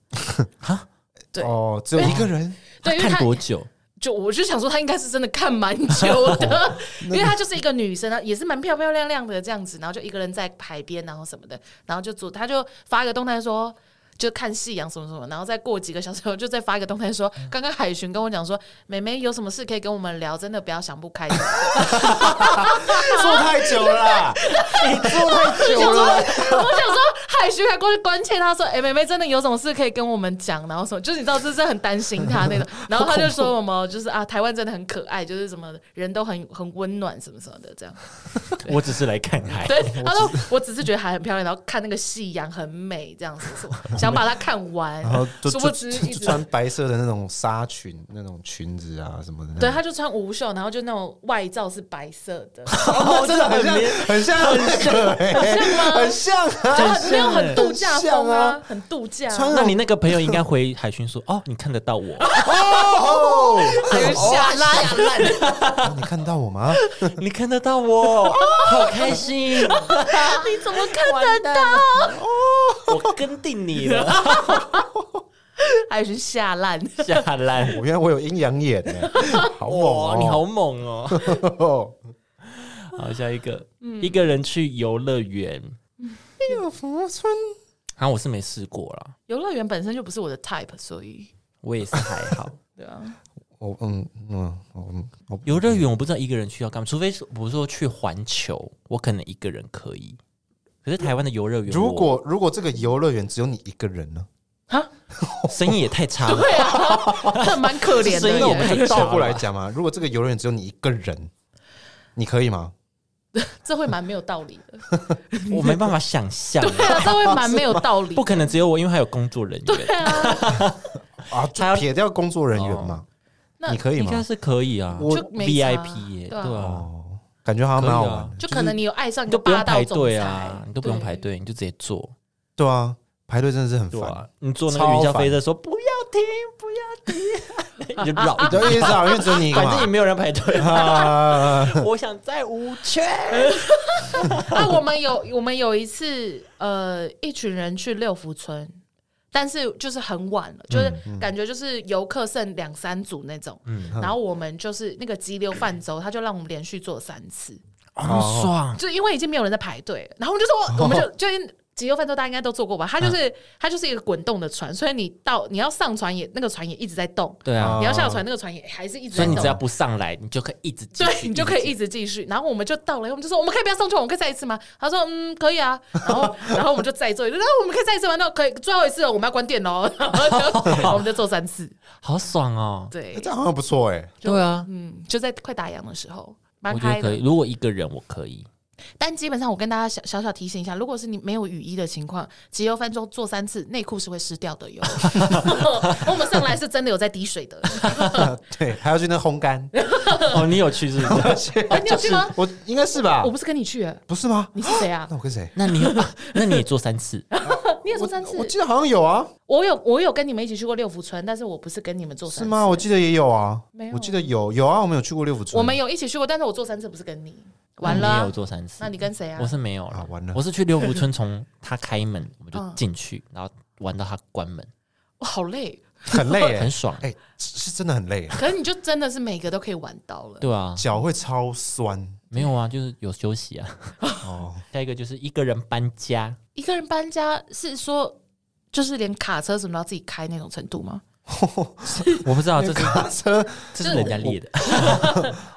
Speaker 3: 对
Speaker 1: 哦，只有一个人，
Speaker 3: 对，因为
Speaker 2: 看
Speaker 3: 他
Speaker 2: 多久？
Speaker 3: 就我就想说，他应该是真的看蛮久的，因为她就是一个女生，她也是蛮漂漂亮亮的这样子，然后就一个人在海边，然后什么的，然后就做，她就发一个动态说。就看夕阳什么什么，然后再过几个小时后，就再发一个动态说，刚刚海巡跟我讲说，妹妹有什么事可以跟我们聊，真的不要想不开。啊
Speaker 1: 坐太久了 啦，坐 太
Speaker 3: 我
Speaker 1: 久
Speaker 3: 想说，
Speaker 1: 了。
Speaker 3: 我想说，海巡还过去关切他说：“哎、妹妹真的有什么事可以跟我们讲？”然后什么，就是你知道，就是很担心他 那种。然后他就说什么，就是啊，台湾真的很可爱，就是什么人都很很温暖，什么什么的这样。
Speaker 2: 我只是来看 海。
Speaker 3: 对，他说我只是觉得海很漂亮，然后看那个夕阳很美，这样子 什么，想把它看完
Speaker 1: 然后。就
Speaker 3: 殊不
Speaker 1: 就
Speaker 3: 知
Speaker 1: 就
Speaker 3: 一
Speaker 1: 就
Speaker 3: 直。
Speaker 1: 穿白色的那种纱裙、那种裙子啊什么的。
Speaker 3: 对，他就穿无袖，然后就那种外罩是白色 的，
Speaker 1: 哦，真的很像，很像那个欸，很像啊，
Speaker 3: 就 很没有很度假风
Speaker 1: 很像
Speaker 3: 啊
Speaker 1: 啊，
Speaker 3: 很度假啊。
Speaker 1: 穿
Speaker 2: 那你那个朋友应该回海巡说：“哦，你看得到我。
Speaker 1: 哦，哦，
Speaker 3: 哎呦下烂 烂，
Speaker 1: 哦你看到我吗？
Speaker 2: 你看得到 我，好开心！
Speaker 3: 你怎么看得到？
Speaker 2: 我跟定你了，
Speaker 3: 还有是下烂，
Speaker 2: 下来。
Speaker 1: 我原来我有阴阳眼呢，好猛哦！
Speaker 2: 哇，你好猛哦！
Speaker 1: 哦，
Speaker 2: 好，下一个，
Speaker 3: 嗯
Speaker 2: 一个人去游乐园，
Speaker 1: 六福村
Speaker 2: 啊，我是没试过啦，
Speaker 3: 游乐园本身就不是我的 type，所以
Speaker 2: 我也是还 好。
Speaker 3: 对啊，
Speaker 1: 我嗯嗯我嗯我
Speaker 2: 游乐园我不知道一个人去要干嘛，除非是我说去环球，我可能一个人可以。可是台湾的游乐园，
Speaker 1: 如果如果这个游乐园只有你一个人呢？
Speaker 2: 我生意也太差了，
Speaker 3: 对啊，这蛮可怜的
Speaker 2: 这生意我们
Speaker 3: 耶，
Speaker 2: 太差了
Speaker 1: 倒过来讲嘛，如果这个游乐园只有你一个人，你可以吗？
Speaker 3: 这会蛮没有道理的，
Speaker 2: 我没办法想象，
Speaker 3: 对啊，这会蛮没有道理
Speaker 2: 不，可能只有我，因为还有工作人 员，
Speaker 1: 啊，就
Speaker 2: 他要
Speaker 1: 撇掉工作人员嘛，
Speaker 3: 那
Speaker 1: 你可以
Speaker 2: 应该
Speaker 1: 吗？
Speaker 2: 是可以啊。
Speaker 1: 我
Speaker 3: 就没差
Speaker 2: VIP 耶，对
Speaker 3: 对啊
Speaker 2: 啊，
Speaker 1: 哦，感觉好像蛮好玩的，
Speaker 3: 就可能啊你有爱上一
Speaker 2: 你
Speaker 3: 个
Speaker 2: 都不用
Speaker 3: 霸道
Speaker 2: 排
Speaker 3: 总
Speaker 2: 队
Speaker 3: 裁
Speaker 2: 啊，，你都不用排
Speaker 3: 对。
Speaker 2: 队，你就直接坐，
Speaker 1: 对啊，排队真的是很
Speaker 2: 对
Speaker 1: 烦。
Speaker 2: 啊，你坐那个云霄飞车说不要停，不 要停，你就绕一
Speaker 1: 对，
Speaker 2: 圈，
Speaker 1: 因为是啊，因为只有你一个
Speaker 2: 反正也
Speaker 1: 嘛。。
Speaker 2: 没有人排队
Speaker 1: 啊，
Speaker 2: 我想在五圈，
Speaker 3: 啊，我们有我们有一次，呃，一群人去六福村，但是就是很晚了，就是
Speaker 2: 嗯
Speaker 3: 感觉就是游客剩两三组那种。然后我们就是那个激流泛舟，他就让我们连续做三次，
Speaker 2: 好爽，
Speaker 3: 就因为已经没有人在排队了，然后我们就 说，我们就就。急流泛舟大家应该都做过吧？它就是、它就是一个滚动的船，所以你到你要上船也那个船也一直在动，
Speaker 2: 对
Speaker 1: 哦，
Speaker 2: 啊
Speaker 3: 你要下船那个船也还是一直
Speaker 2: 所
Speaker 3: 在
Speaker 2: 以你
Speaker 3: 动。
Speaker 2: 只要不上来，你就可以一直继续
Speaker 3: 对你就可以
Speaker 2: 直
Speaker 3: 一直继续。然后我们就到了，我们就说我们可以不要上去，我们可以再一次吗？他说嗯，可以啊。然后 然后我们就再做一次，然后我们可以再一次吗？那可以最后一次了，我们要关店喽。然后就 然后我们就做三次，
Speaker 2: 好爽哦。
Speaker 3: 对
Speaker 1: 这，样好像不错哎。
Speaker 3: 就
Speaker 2: 对啊，
Speaker 3: 嗯，就在快打烊的时候。蛮
Speaker 2: 我觉
Speaker 3: 嗨
Speaker 2: 得可
Speaker 3: 的
Speaker 2: 以。，如果一个人，我可以。
Speaker 3: 但基本上我跟大家小小小提醒一下，如果是你没有雨衣的情况，急流翻舟做三次，内裤是会湿掉的 哟。 我们上来是真的有在滴水
Speaker 1: 啊
Speaker 3: 的，
Speaker 1: 对，还要去那烘干。
Speaker 2: 哦，你有去是不是？
Speaker 3: 哎你有去吗？
Speaker 1: 我应该是啊吧
Speaker 3: 我？不是跟你去，
Speaker 1: 不是吗？
Speaker 3: 你是谁啊
Speaker 1: 那？我跟谁？
Speaker 2: 那你有，那你也做三 次，
Speaker 3: 你也
Speaker 1: 我
Speaker 3: 做三次
Speaker 1: 我？记得好像有啊，
Speaker 3: 我有我有跟你们一起去过六福村，但是我不是跟你们做三
Speaker 1: 是
Speaker 3: 次
Speaker 1: 吗？我记得也有啊
Speaker 3: 没，有
Speaker 1: 我记得有有啊，我们有去过六福村。
Speaker 3: 我们有一起去过，但是我做三次不是跟你，完
Speaker 2: 那你也
Speaker 3: 了
Speaker 2: 有。做三次。
Speaker 3: 那你跟谁啊
Speaker 2: 我？是没有
Speaker 1: 啊完了
Speaker 2: 我是去六福村，从他开门我们就
Speaker 3: 嗯
Speaker 2: 进去，然后玩到他关门，
Speaker 3: 我好累，
Speaker 1: 很累
Speaker 2: 很
Speaker 1: 哎，
Speaker 2: 爽，
Speaker 1: 哎，是是真的很累欸，
Speaker 3: 可是你就真的是每个都可以玩到了。
Speaker 2: 对啊，
Speaker 1: 脚会超酸
Speaker 2: 没有啊，就是有休息啊。
Speaker 1: 哦。
Speaker 2: 下一个就是一个人搬家，
Speaker 3: 一个人搬家是说，就是连卡车什么都要自己开那种程度吗？
Speaker 2: 我不知啊道这
Speaker 1: 那
Speaker 2: 是
Speaker 1: 卡车
Speaker 2: 这是人家列的，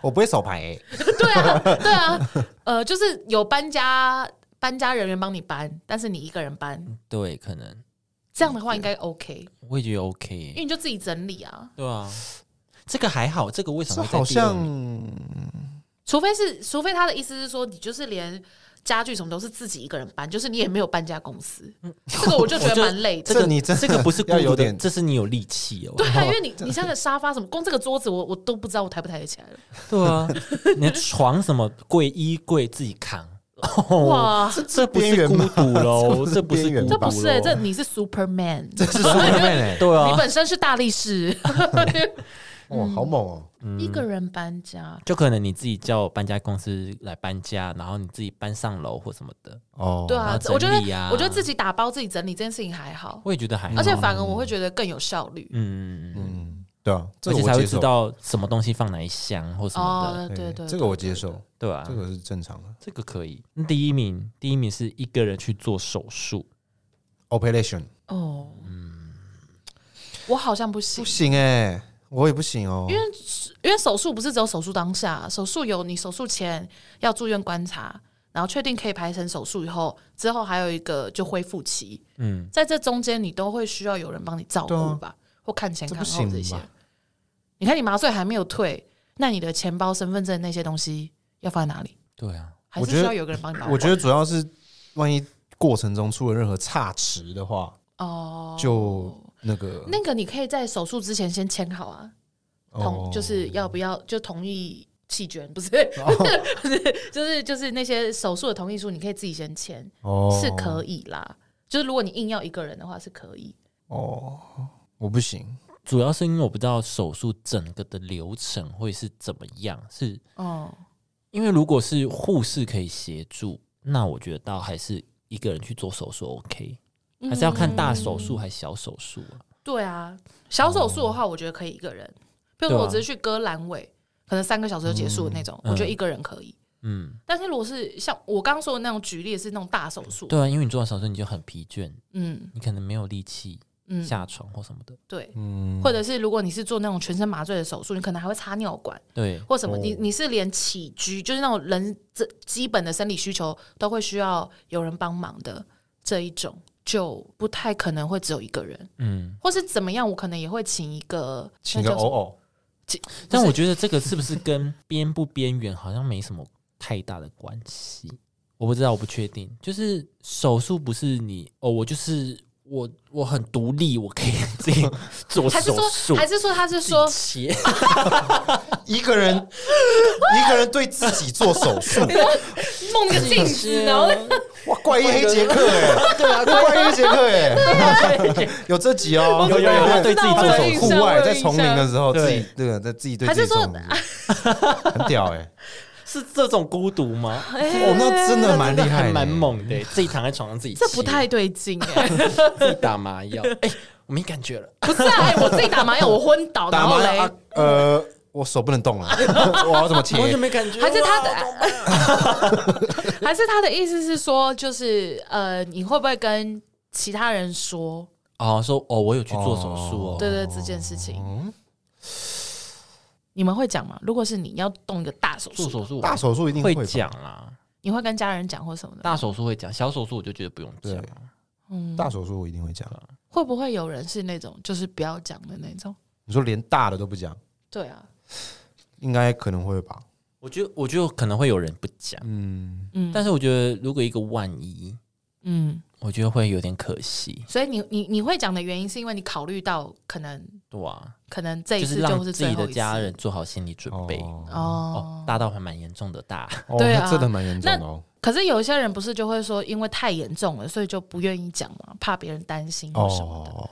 Speaker 1: 我不会手牌欸，
Speaker 3: 对啊，对啊，呃，就是有搬家搬家人员帮你搬，但是你一个人搬，
Speaker 2: 对，可能
Speaker 3: 这样的话应该
Speaker 2: 嗯
Speaker 3: OK，
Speaker 2: 我也觉得 OK
Speaker 3: 因为
Speaker 2: 耶。
Speaker 3: 你就自己整理啊，
Speaker 2: 对啊，这个还好，这个为什
Speaker 1: 这
Speaker 2: 么会在
Speaker 1: 好
Speaker 2: 第二
Speaker 1: 像
Speaker 2: 名
Speaker 3: 除非是，除非他的意思是说，你就是连。家具什么都是自己一个人搬，就是你也没有搬家公司，
Speaker 2: 嗯
Speaker 3: 这个我就觉
Speaker 2: 我
Speaker 3: 得
Speaker 2: 就
Speaker 3: 蛮累的。
Speaker 1: 这你真的
Speaker 2: 这个不是孤
Speaker 1: 要有
Speaker 2: 独的，
Speaker 1: 点
Speaker 2: 这是你有力气哦。
Speaker 3: 对啊，因为你你像个沙发什么，光这个桌子我我都不知道我抬不抬得起来了。
Speaker 2: 对啊，你的床什么柜、衣柜自己扛，
Speaker 3: 哇，
Speaker 2: 这不是孤独喽，
Speaker 1: 这
Speaker 2: 哦 这
Speaker 1: 不
Speaker 2: 不
Speaker 1: 是
Speaker 2: 是
Speaker 1: 边缘
Speaker 2: 孤独
Speaker 1: 吧
Speaker 2: 喽，
Speaker 3: 这不是、欸，这你是 Superman，
Speaker 1: 这是 Superman 哎，
Speaker 2: 对
Speaker 3: 你
Speaker 2: 啊，
Speaker 3: 本身是大力士，
Speaker 1: 哇，好猛哦！
Speaker 2: 嗯
Speaker 3: 一个人搬家。
Speaker 2: 就可能你自己叫搬家公司来搬家，然后你自己搬上楼或什么的，
Speaker 1: 哦，
Speaker 3: 对
Speaker 2: 然
Speaker 3: 啊
Speaker 2: 后，
Speaker 3: 我觉得
Speaker 2: 整理啊
Speaker 3: 我觉得自己打包自己整理这件事情还好，
Speaker 2: 我也觉得还好，
Speaker 3: 而且反而我会觉得更有效率。
Speaker 2: 嗯嗯嗯嗯，
Speaker 1: 嗯，对啊，这
Speaker 2: 而
Speaker 1: 个
Speaker 2: 且
Speaker 1: 我
Speaker 2: 才会
Speaker 1: 接
Speaker 2: 知
Speaker 1: 受，
Speaker 2: 道什么东西放哪一箱或什么的，
Speaker 3: 哦，对对对，
Speaker 1: 这个我接受，
Speaker 2: 对啊
Speaker 1: 这，个是正常的。
Speaker 2: 这个可以。那第一名，第一名是一个人去做手术，
Speaker 1: Operation
Speaker 3: 哦，我好像不行
Speaker 1: 不，行哎，我也不行哦，因为
Speaker 3: 因为手术不是只有手术当下，手术有你手术前要住院观察，然后确定可以排成手术以后，之后还有一个就恢复期，
Speaker 2: 嗯，
Speaker 3: 在这中间你都会需要有人帮你照顾吧，或看前看
Speaker 1: 这不
Speaker 3: 后
Speaker 1: 行
Speaker 3: 啊这些
Speaker 1: 吧。
Speaker 3: 你看你麻醉还没有退，那你的钱包、身份证那些东西要放在哪里？
Speaker 2: 对啊，
Speaker 3: 还
Speaker 1: 我
Speaker 3: 是
Speaker 1: 觉得
Speaker 3: 需要有个人帮你保管？
Speaker 1: 我觉得主要是万一过程中出了任何差池的话，
Speaker 3: 哦，
Speaker 1: 就那个
Speaker 3: 那个你可以在手术之前先签好啊，同、
Speaker 1: 哦
Speaker 3: 就是要不要就同意弃捐，不是、
Speaker 2: 哦
Speaker 3: 不是 就是就是那些手术的同意书，你可以自己先签，
Speaker 1: 哦
Speaker 3: 是可以啦。就是如果你硬要一个人的话是可以，
Speaker 1: 哦，我不行，
Speaker 2: 主要是因为我不知道手术整个的流程会是怎么样，是
Speaker 3: 哦，
Speaker 2: 因为如果是护士可以协助，那我觉得倒还是一个人去做手术 OK，还
Speaker 3: 嗯
Speaker 2: 嗯是要看大手术还是小手术啊。
Speaker 3: 对啊，小手术的话，我觉得可以一个人。
Speaker 2: 哦
Speaker 3: 比如说，我只是去割阑尾，可能三个小时就结束的那种，
Speaker 2: 啊嗯
Speaker 3: 我觉得一个人可以。
Speaker 2: 嗯，
Speaker 3: 但是如果是像我刚刚说的那种举例，是那种大手术，
Speaker 2: 对啊，因为你做完手术你就很疲倦，
Speaker 3: 嗯
Speaker 2: 你可能没有力气
Speaker 3: 嗯，
Speaker 2: 下床或什么的。
Speaker 3: 对。
Speaker 1: 嗯，
Speaker 3: 或者是如果你是做那种全身麻醉的手术，你可能还会插尿管
Speaker 2: 对，
Speaker 3: 或什么，你
Speaker 1: 哦
Speaker 3: 你是连起居，就是那种人这基本的生理需求都会需要有人帮忙的这一种，就不太可能会只有一个人，
Speaker 2: 嗯，
Speaker 3: 或是怎么样，我可能也会请一个，
Speaker 1: 请
Speaker 3: 那
Speaker 1: 个
Speaker 3: 叫什
Speaker 1: 偶
Speaker 3: 么
Speaker 1: 偶，
Speaker 2: 但我觉得这个是不是跟边不边缘好像没什么太大的关系？我不知道，我不确定。就是手术不是你哦，我就是我，我很独立，我可以自己做
Speaker 3: 还是
Speaker 2: 手术
Speaker 3: 说，还是说他是说
Speaker 2: 自己切
Speaker 1: 啊一个人一个人对自己做手术，
Speaker 3: 梦个镜
Speaker 2: 自己
Speaker 3: 子，
Speaker 2: 切
Speaker 3: 然后
Speaker 2: 啊
Speaker 1: 哇，怪医黑杰克哎， 对啊，怪医黑杰克哎，有这集哦，
Speaker 2: 有有有他对自己做手
Speaker 3: 术
Speaker 1: 户外在丛林的时候，
Speaker 2: 对
Speaker 1: 自己那个在自己对
Speaker 3: 还
Speaker 1: 自
Speaker 3: 是
Speaker 1: 己做
Speaker 3: 说
Speaker 1: 手术，很屌哎，
Speaker 2: 是这种孤独吗？
Speaker 3: 哎
Speaker 1: 哦，那真的蛮厉害
Speaker 2: 还
Speaker 1: 的，哎
Speaker 2: 蛮猛的，欸自己躺在床上自己
Speaker 3: 这
Speaker 2: 切
Speaker 3: 不太对劲哎、
Speaker 2: 自己打麻 药，哎，我没感觉了。
Speaker 3: 不是啊、哎我自己打麻药我昏 倒，然
Speaker 1: 打
Speaker 3: 后
Speaker 1: 麻
Speaker 3: 嘞
Speaker 1: 药，啊，呃，我手不能动了，我要怎么
Speaker 3: 啊
Speaker 1: 切？
Speaker 2: 完全没感觉了，
Speaker 3: 还是他的，还是他的意思是说，就是呃，你会不会跟其他人说，
Speaker 2: 哦，说哦，我有去做手术哦，
Speaker 3: 对对这件事情？你们会讲吗？如果是你要动一个大手
Speaker 2: 做
Speaker 3: 术，
Speaker 2: 手术
Speaker 1: 大手术一定
Speaker 2: 会
Speaker 1: 吧
Speaker 2: 讲啊啦，
Speaker 3: 你会跟家人讲或什么的？
Speaker 2: 大手术会讲，小手术我就觉得不用讲
Speaker 1: 对
Speaker 2: 啊。
Speaker 3: 嗯，
Speaker 1: 大手术我一定会讲。
Speaker 3: 会不会有人是那种就是不要讲的那种？
Speaker 1: 你说连大的都不讲，
Speaker 3: 对啊，
Speaker 1: 应该可能会吧？
Speaker 2: 我觉得，我觉得可能会有人不讲，
Speaker 1: 嗯，
Speaker 3: 嗯，
Speaker 2: 但是我觉得如果一个万一，
Speaker 3: 嗯，
Speaker 2: 我觉得会有点可惜，
Speaker 3: 所以你你你会讲的原因是因为你考虑到可能
Speaker 2: 对啊，
Speaker 3: 可能这一
Speaker 2: 就是
Speaker 3: 次
Speaker 2: 让
Speaker 3: 是
Speaker 2: 自
Speaker 3: 最
Speaker 2: 己
Speaker 3: 后一
Speaker 2: 的
Speaker 3: 次
Speaker 2: 家人做好心理准备。
Speaker 1: 哦，
Speaker 2: 哦
Speaker 3: 哦，
Speaker 2: 大到还蛮严重的大，
Speaker 1: 哦
Speaker 3: 对啊
Speaker 1: 那真的蛮严重的哦。
Speaker 3: 可是有一些人不是就会说，因为太严重了，所以就不愿意讲嘛，怕别人担心或什么的。
Speaker 1: 哦，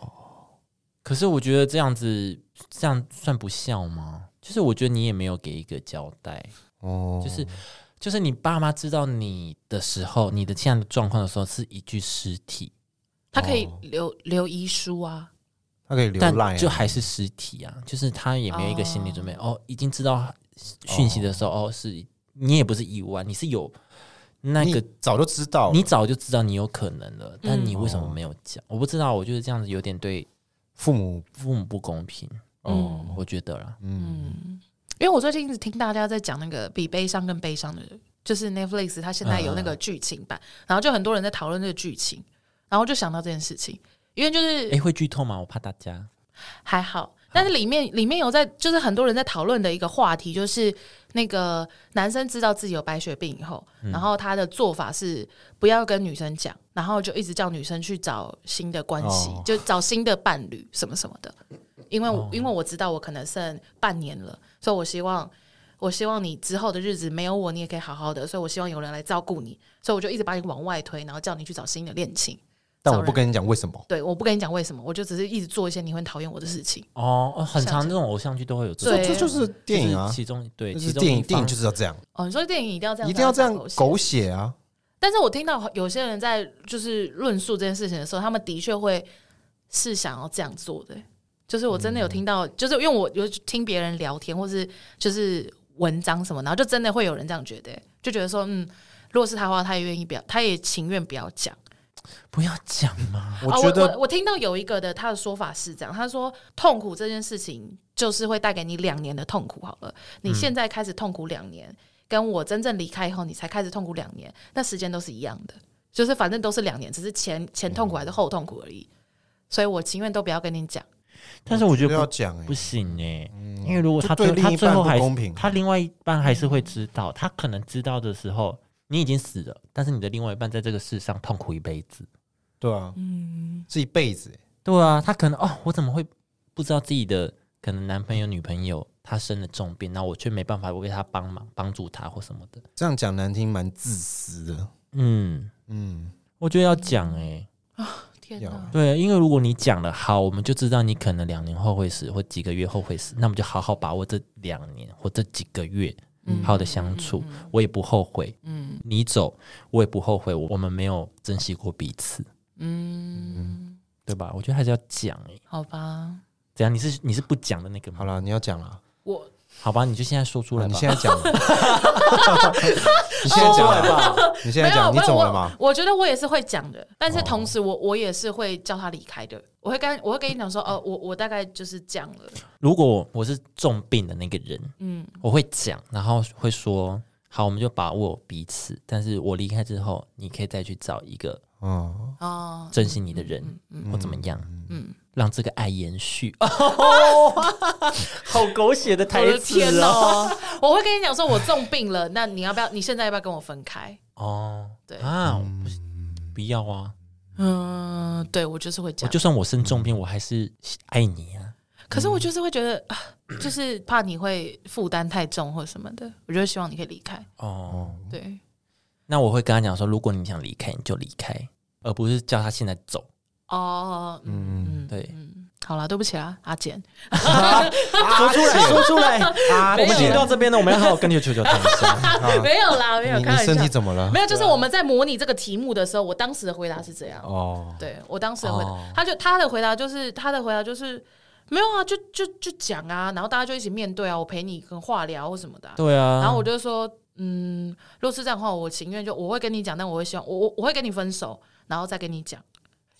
Speaker 2: 可是我觉得这样子，这样算不孝吗？就是我觉得你也没有给一个交代，
Speaker 1: 哦
Speaker 2: 就是就是你爸妈知道你的时候，你的现在的状况的时候，是一具尸体，
Speaker 3: 他可以
Speaker 1: 哦
Speaker 3: 留、留遗书啊，
Speaker 1: 他可以留赖啊
Speaker 2: 但，就还是尸体啊，就是他也没有一个心理准备。哦，已经知道讯息的时候，哦，是你也不是意外，你是有那
Speaker 1: 你
Speaker 2: 个，
Speaker 1: 早就知道了，
Speaker 2: 你早就知道你有可能了，但你为什么
Speaker 1: 嗯
Speaker 2: 没有讲？我不知道，我觉得这样子有点对
Speaker 1: 父母
Speaker 2: 父母不公平。哦，我觉得啦，
Speaker 3: 嗯，因为我最近一直听大家在讲那个比悲伤更悲伤的，就是 Netflix 它现在有那个剧情版，然后就很多人在讨论这个剧情，然后就想到这件事情，因为就是
Speaker 2: 诶，会剧透吗？我怕大家。
Speaker 3: 还好，但是里面里面有在，就是很多人在讨论的一个话题，就是那个男生知道自己有白血病以后，然后他的做法是不要跟女生讲，然后就一直叫女生去找新的关系，
Speaker 1: 哦
Speaker 3: 就找新的伴侣什么什么的。因为我、因为我知道我可能剩半年了，所以我希望。我希望你之后的日子没有我，你也可以好好的。所以我希望有人来照顾你，所以我就一直把你往外推，然后叫你去找新的恋情。
Speaker 1: 但
Speaker 3: 早
Speaker 1: 我不
Speaker 3: 人
Speaker 1: 跟你讲为什么。
Speaker 3: 对，我不跟你讲为什么，我就只是一直做一些你会讨厌我的事情。
Speaker 2: 哦，哦很长这种偶像剧都会有这
Speaker 1: 这
Speaker 3: 对
Speaker 2: 种，
Speaker 1: 这就是电影啊
Speaker 2: 就是，其中对，
Speaker 1: 这
Speaker 2: 其
Speaker 1: 是
Speaker 2: 中
Speaker 1: 电影，
Speaker 2: 一
Speaker 1: 电
Speaker 2: 方
Speaker 1: 影就是要这样，
Speaker 3: 哦，你说电影一定要这样，
Speaker 1: 一定要这样
Speaker 3: 打狗血
Speaker 1: 狗血啊！
Speaker 3: 但是我听到有些人在就是论述这件事情的时候，他们的确会是想要这样做的、就是我真的有听到，就是因为我有听别人聊天，或是就是文章什么，然后就真的会有人这样觉得、就觉得说，嗯，如果是他的话，他也愿意不要，他也情愿不要讲。
Speaker 2: 不要讲嘛。
Speaker 1: 我
Speaker 3: 啊
Speaker 1: 觉得
Speaker 3: 我我我听到有一个的他的说法是这样，他说痛苦这件事情就是会带给你两年的痛苦。好了，
Speaker 1: 嗯
Speaker 3: 你现在开始痛苦两年，跟我真正离开以后你才开始痛苦两年，那时间都是一样的，就是反正都是两年，只是前前
Speaker 1: 嗯
Speaker 3: 痛苦还是后痛苦而已。所以我情愿都不要跟你讲。
Speaker 2: 但是我觉
Speaker 1: 不
Speaker 2: 得
Speaker 1: 要
Speaker 2: 不
Speaker 1: 讲哎
Speaker 2: 不，行哎、因为如果
Speaker 1: 这
Speaker 2: 他
Speaker 1: 嗯对
Speaker 2: 最
Speaker 1: 另
Speaker 2: 他
Speaker 1: 一
Speaker 2: 最
Speaker 1: 半
Speaker 2: 后
Speaker 1: 不
Speaker 2: 还
Speaker 1: 公
Speaker 2: 是
Speaker 1: 平。嗯
Speaker 2: 他另外一半还是会知道，他可能知道的时候你已经死了，但是你的另外一半在这个世上痛苦一辈子。
Speaker 1: 对啊，
Speaker 3: 嗯，
Speaker 1: 是一辈子欸。
Speaker 2: 对啊，他可能哦，我怎么会不知道自己的可能男朋友女朋友他生了重病，那我却没办法为他帮忙帮助他或什么的。
Speaker 1: 这样讲难听，蛮自私的。
Speaker 2: 嗯，
Speaker 1: 嗯，
Speaker 2: 我觉得要讲哎、
Speaker 3: 天
Speaker 1: 要
Speaker 3: 哪！
Speaker 2: 对，因为如果你讲了好，我们就知道你可能两年后会死，或几个月后会死，那我们就好好把握这两年或这几个月，好好的相处，我也不后悔。嗯，你走，我也不后悔，我我们没有珍惜过彼此，
Speaker 3: 嗯，
Speaker 2: 对吧？我觉得还是要讲诶、
Speaker 3: 好吧，
Speaker 2: 怎样？你是你是不讲的那个吗？
Speaker 1: 好了，你要讲了，
Speaker 3: 我
Speaker 2: 好吧，你就现在说出来
Speaker 1: 啊你
Speaker 2: 吧。
Speaker 1: 现在讲了， 你现在讲了，你现在
Speaker 3: 没有
Speaker 1: 讲，你
Speaker 3: 没有
Speaker 1: 怎么
Speaker 3: 我
Speaker 1: 了哦嘛？
Speaker 3: 我觉得我也是会讲的，但是同时我我也是会叫他离开的。我会跟我会跟你讲说，哦，我我大概就是这样了。
Speaker 2: 如果我是重病的那个人，
Speaker 3: 嗯，
Speaker 2: 我会讲，然后会说好，我们就把握彼此。但是我离开之后，你可以再去找一个
Speaker 1: 嗯，
Speaker 3: 哦，
Speaker 2: 珍惜你的人，或怎么样，
Speaker 3: 嗯，
Speaker 2: 让这个爱延 续。 好狗血的
Speaker 3: 我
Speaker 2: 台
Speaker 3: 的
Speaker 2: 词
Speaker 3: 天
Speaker 2: 哦！
Speaker 3: 哦， 我会跟你讲说，我重病了，那你要不要？你现在要不要跟我分开？
Speaker 2: 哦，
Speaker 3: 对
Speaker 2: 啊，我不不要啊！
Speaker 3: 嗯，对我就是会
Speaker 2: 我
Speaker 3: 讲，
Speaker 2: 就算我生重病，我还是爱你啊。
Speaker 3: 可是我就是会觉得，啊就是怕你会负担太重或什么的，我就希望你可以离开。
Speaker 2: 哦，
Speaker 3: 对，
Speaker 2: 那我会跟他讲说，如果你想离开，你就离开，而不是叫他现在走。
Speaker 3: 哦，嗯，嗯
Speaker 2: 对
Speaker 3: 嗯，好啦，对不起啦，阿简，
Speaker 2: 说出 来，说出来！
Speaker 1: 啊
Speaker 2: 我们今
Speaker 1: 姐
Speaker 2: 天到这边了，我们要好好跟你球球谈一 下。
Speaker 3: 没有啦，没有，
Speaker 1: 你
Speaker 3: 开
Speaker 1: 你
Speaker 3: 玩
Speaker 1: 身体
Speaker 3: 笑，
Speaker 1: 怎么了
Speaker 3: 没？有，就是我们在模拟这个题目的时候，我当时的回答是这样。
Speaker 1: 哦，
Speaker 3: 对我当时的回答，
Speaker 2: 哦
Speaker 3: 他就他的回答就是他的回答就是没有啊，就就就讲啊，然后大家就一起面对啊，我陪你跟化疗或什么的啊、
Speaker 2: 对啊，
Speaker 3: 然后我就说，嗯，如果是这样的话，我情愿就我会跟你讲，但我会希望我我我会跟你分手，然后再跟你讲，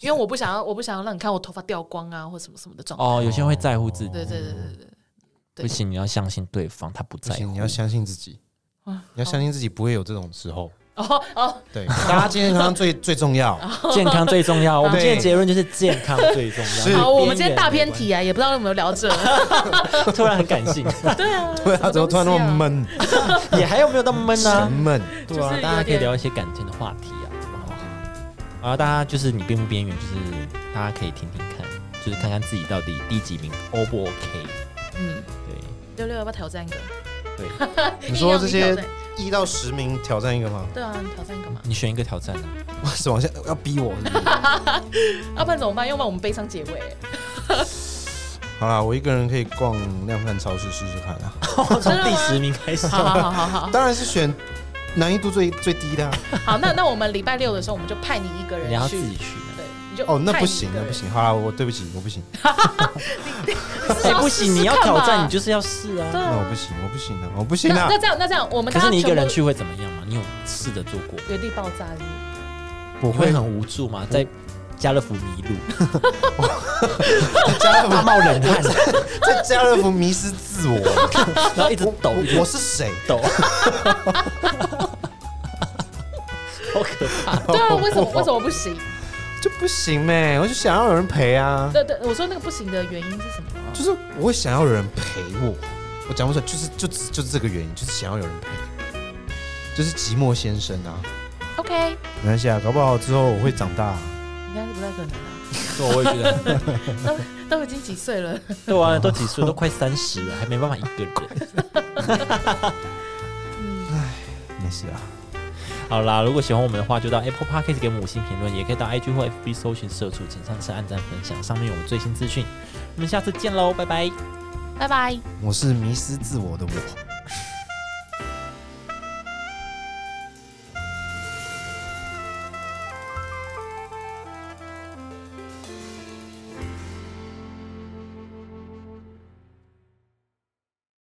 Speaker 3: 因为我不想要我不想要让你看我头发掉光啊或什么什么的状态。
Speaker 2: 哦，有些人会在乎自己，
Speaker 3: 对对对对对，对
Speaker 2: 不行，你要相信对方，他不
Speaker 1: 不
Speaker 2: 在乎。
Speaker 1: 行，你要相信自己，你要相信自己不会有这种时候。
Speaker 3: 哦哦，
Speaker 1: 对， 大家健康最最重 要。
Speaker 2: 健康最重 要。我们今天的结论就是健康最重
Speaker 1: 是
Speaker 2: 要。
Speaker 3: 好，我们今天大偏题啊，啊也不知道有没有聊这。
Speaker 2: 突然很感性，
Speaker 3: 对啊，
Speaker 1: 对啊，
Speaker 3: 什
Speaker 1: 怎么
Speaker 3: 东
Speaker 1: 突然那
Speaker 3: 西
Speaker 1: 么
Speaker 3: 啊？
Speaker 1: 闷？
Speaker 2: 也还有没有那么闷
Speaker 1: 沉
Speaker 2: 呢？
Speaker 1: 闷。
Speaker 2: 对啊
Speaker 3: 就是有，点
Speaker 2: 大家可以聊一些感情的话题啊，好不好？然后大家就是你边不边缘，就是大家可以听听看，就是看看自己到底第几名，O 不 OK？
Speaker 3: 嗯，
Speaker 2: 对
Speaker 3: 六六要不要挑战一个？
Speaker 2: 对，
Speaker 1: 你说这
Speaker 3: 硬
Speaker 1: 些
Speaker 3: 要你挑战
Speaker 1: 一到十名挑战一个吗？
Speaker 3: 对啊，你挑战一个嘛？
Speaker 2: 你选一个挑战 啊。
Speaker 1: 哇，是往下要逼我 是不是？
Speaker 3: 啊要不然怎么办？要不然我们悲伤结尾。
Speaker 1: 好啦，我一个人可以逛量贩超市试试看 啊。
Speaker 2: 从第十名开始，
Speaker 3: 好好好好好
Speaker 1: 当然是选难易度最最低 的啊。
Speaker 3: 好，那那我们礼拜六的时候，我们就派你一个人
Speaker 2: 你要
Speaker 3: 去
Speaker 2: 自。己啊去。
Speaker 3: 对，你就
Speaker 1: 哦，那
Speaker 3: 派
Speaker 1: 不
Speaker 3: 你一
Speaker 1: 行，
Speaker 3: 个
Speaker 1: 那不
Speaker 3: 人
Speaker 1: 行。好啦，我对不起，我不 行，
Speaker 2: 哎，不
Speaker 3: 试
Speaker 2: 行，
Speaker 3: 试
Speaker 2: 你要
Speaker 3: 看嘛
Speaker 2: 挑战，你就是要试啊。
Speaker 3: 对
Speaker 1: 那我
Speaker 3: 啊。
Speaker 1: 不行，我不行啊，我不行
Speaker 3: 那
Speaker 1: 啊
Speaker 3: 那。这样那这样，我们
Speaker 2: 可
Speaker 3: 刚
Speaker 2: 是
Speaker 3: 刚
Speaker 2: 你一个
Speaker 3: 全部
Speaker 2: 人去会怎么样吗？你有试着做过吗？
Speaker 3: 原地爆炸是不是
Speaker 1: 我
Speaker 2: 你会
Speaker 1: 会啊
Speaker 2: 很无助吗？在家乐福迷路，
Speaker 1: 家乐福
Speaker 2: 大冒冷汗，
Speaker 1: 在家乐福迷失自 我，
Speaker 2: 然后一直抖，一直
Speaker 1: 我我是谁？
Speaker 2: 抖， 好可怕！
Speaker 3: 对啊，为什么为什么不行？
Speaker 1: 就不行呗？我就想要有人陪啊，
Speaker 3: 对对，我说那个不行的原因是什么？
Speaker 1: 就是我会想要有人陪我。我讲不出来，就是就只就是这个原因，就是想要有人陪，就是寂寞先生啊。
Speaker 3: OK，
Speaker 1: 没关系啊，搞不好之后我会长大啊、
Speaker 3: 应该是不太可能啊，
Speaker 2: 对，哦我也觉得，
Speaker 3: 都已经几岁了。
Speaker 2: 对啊，都几岁，都快三十了，还没办法一个 人。
Speaker 1: 没事啊。
Speaker 2: 好啦，如果喜欢我们的话，就到 Apple Podcast 给我们五星评论，也可以到 IG 或 FB 搜寻“社畜请上车”，按赞分享，上面有我们最新资讯。我们下次见喽，拜拜。
Speaker 3: 拜拜。
Speaker 1: 我是迷失自我的我。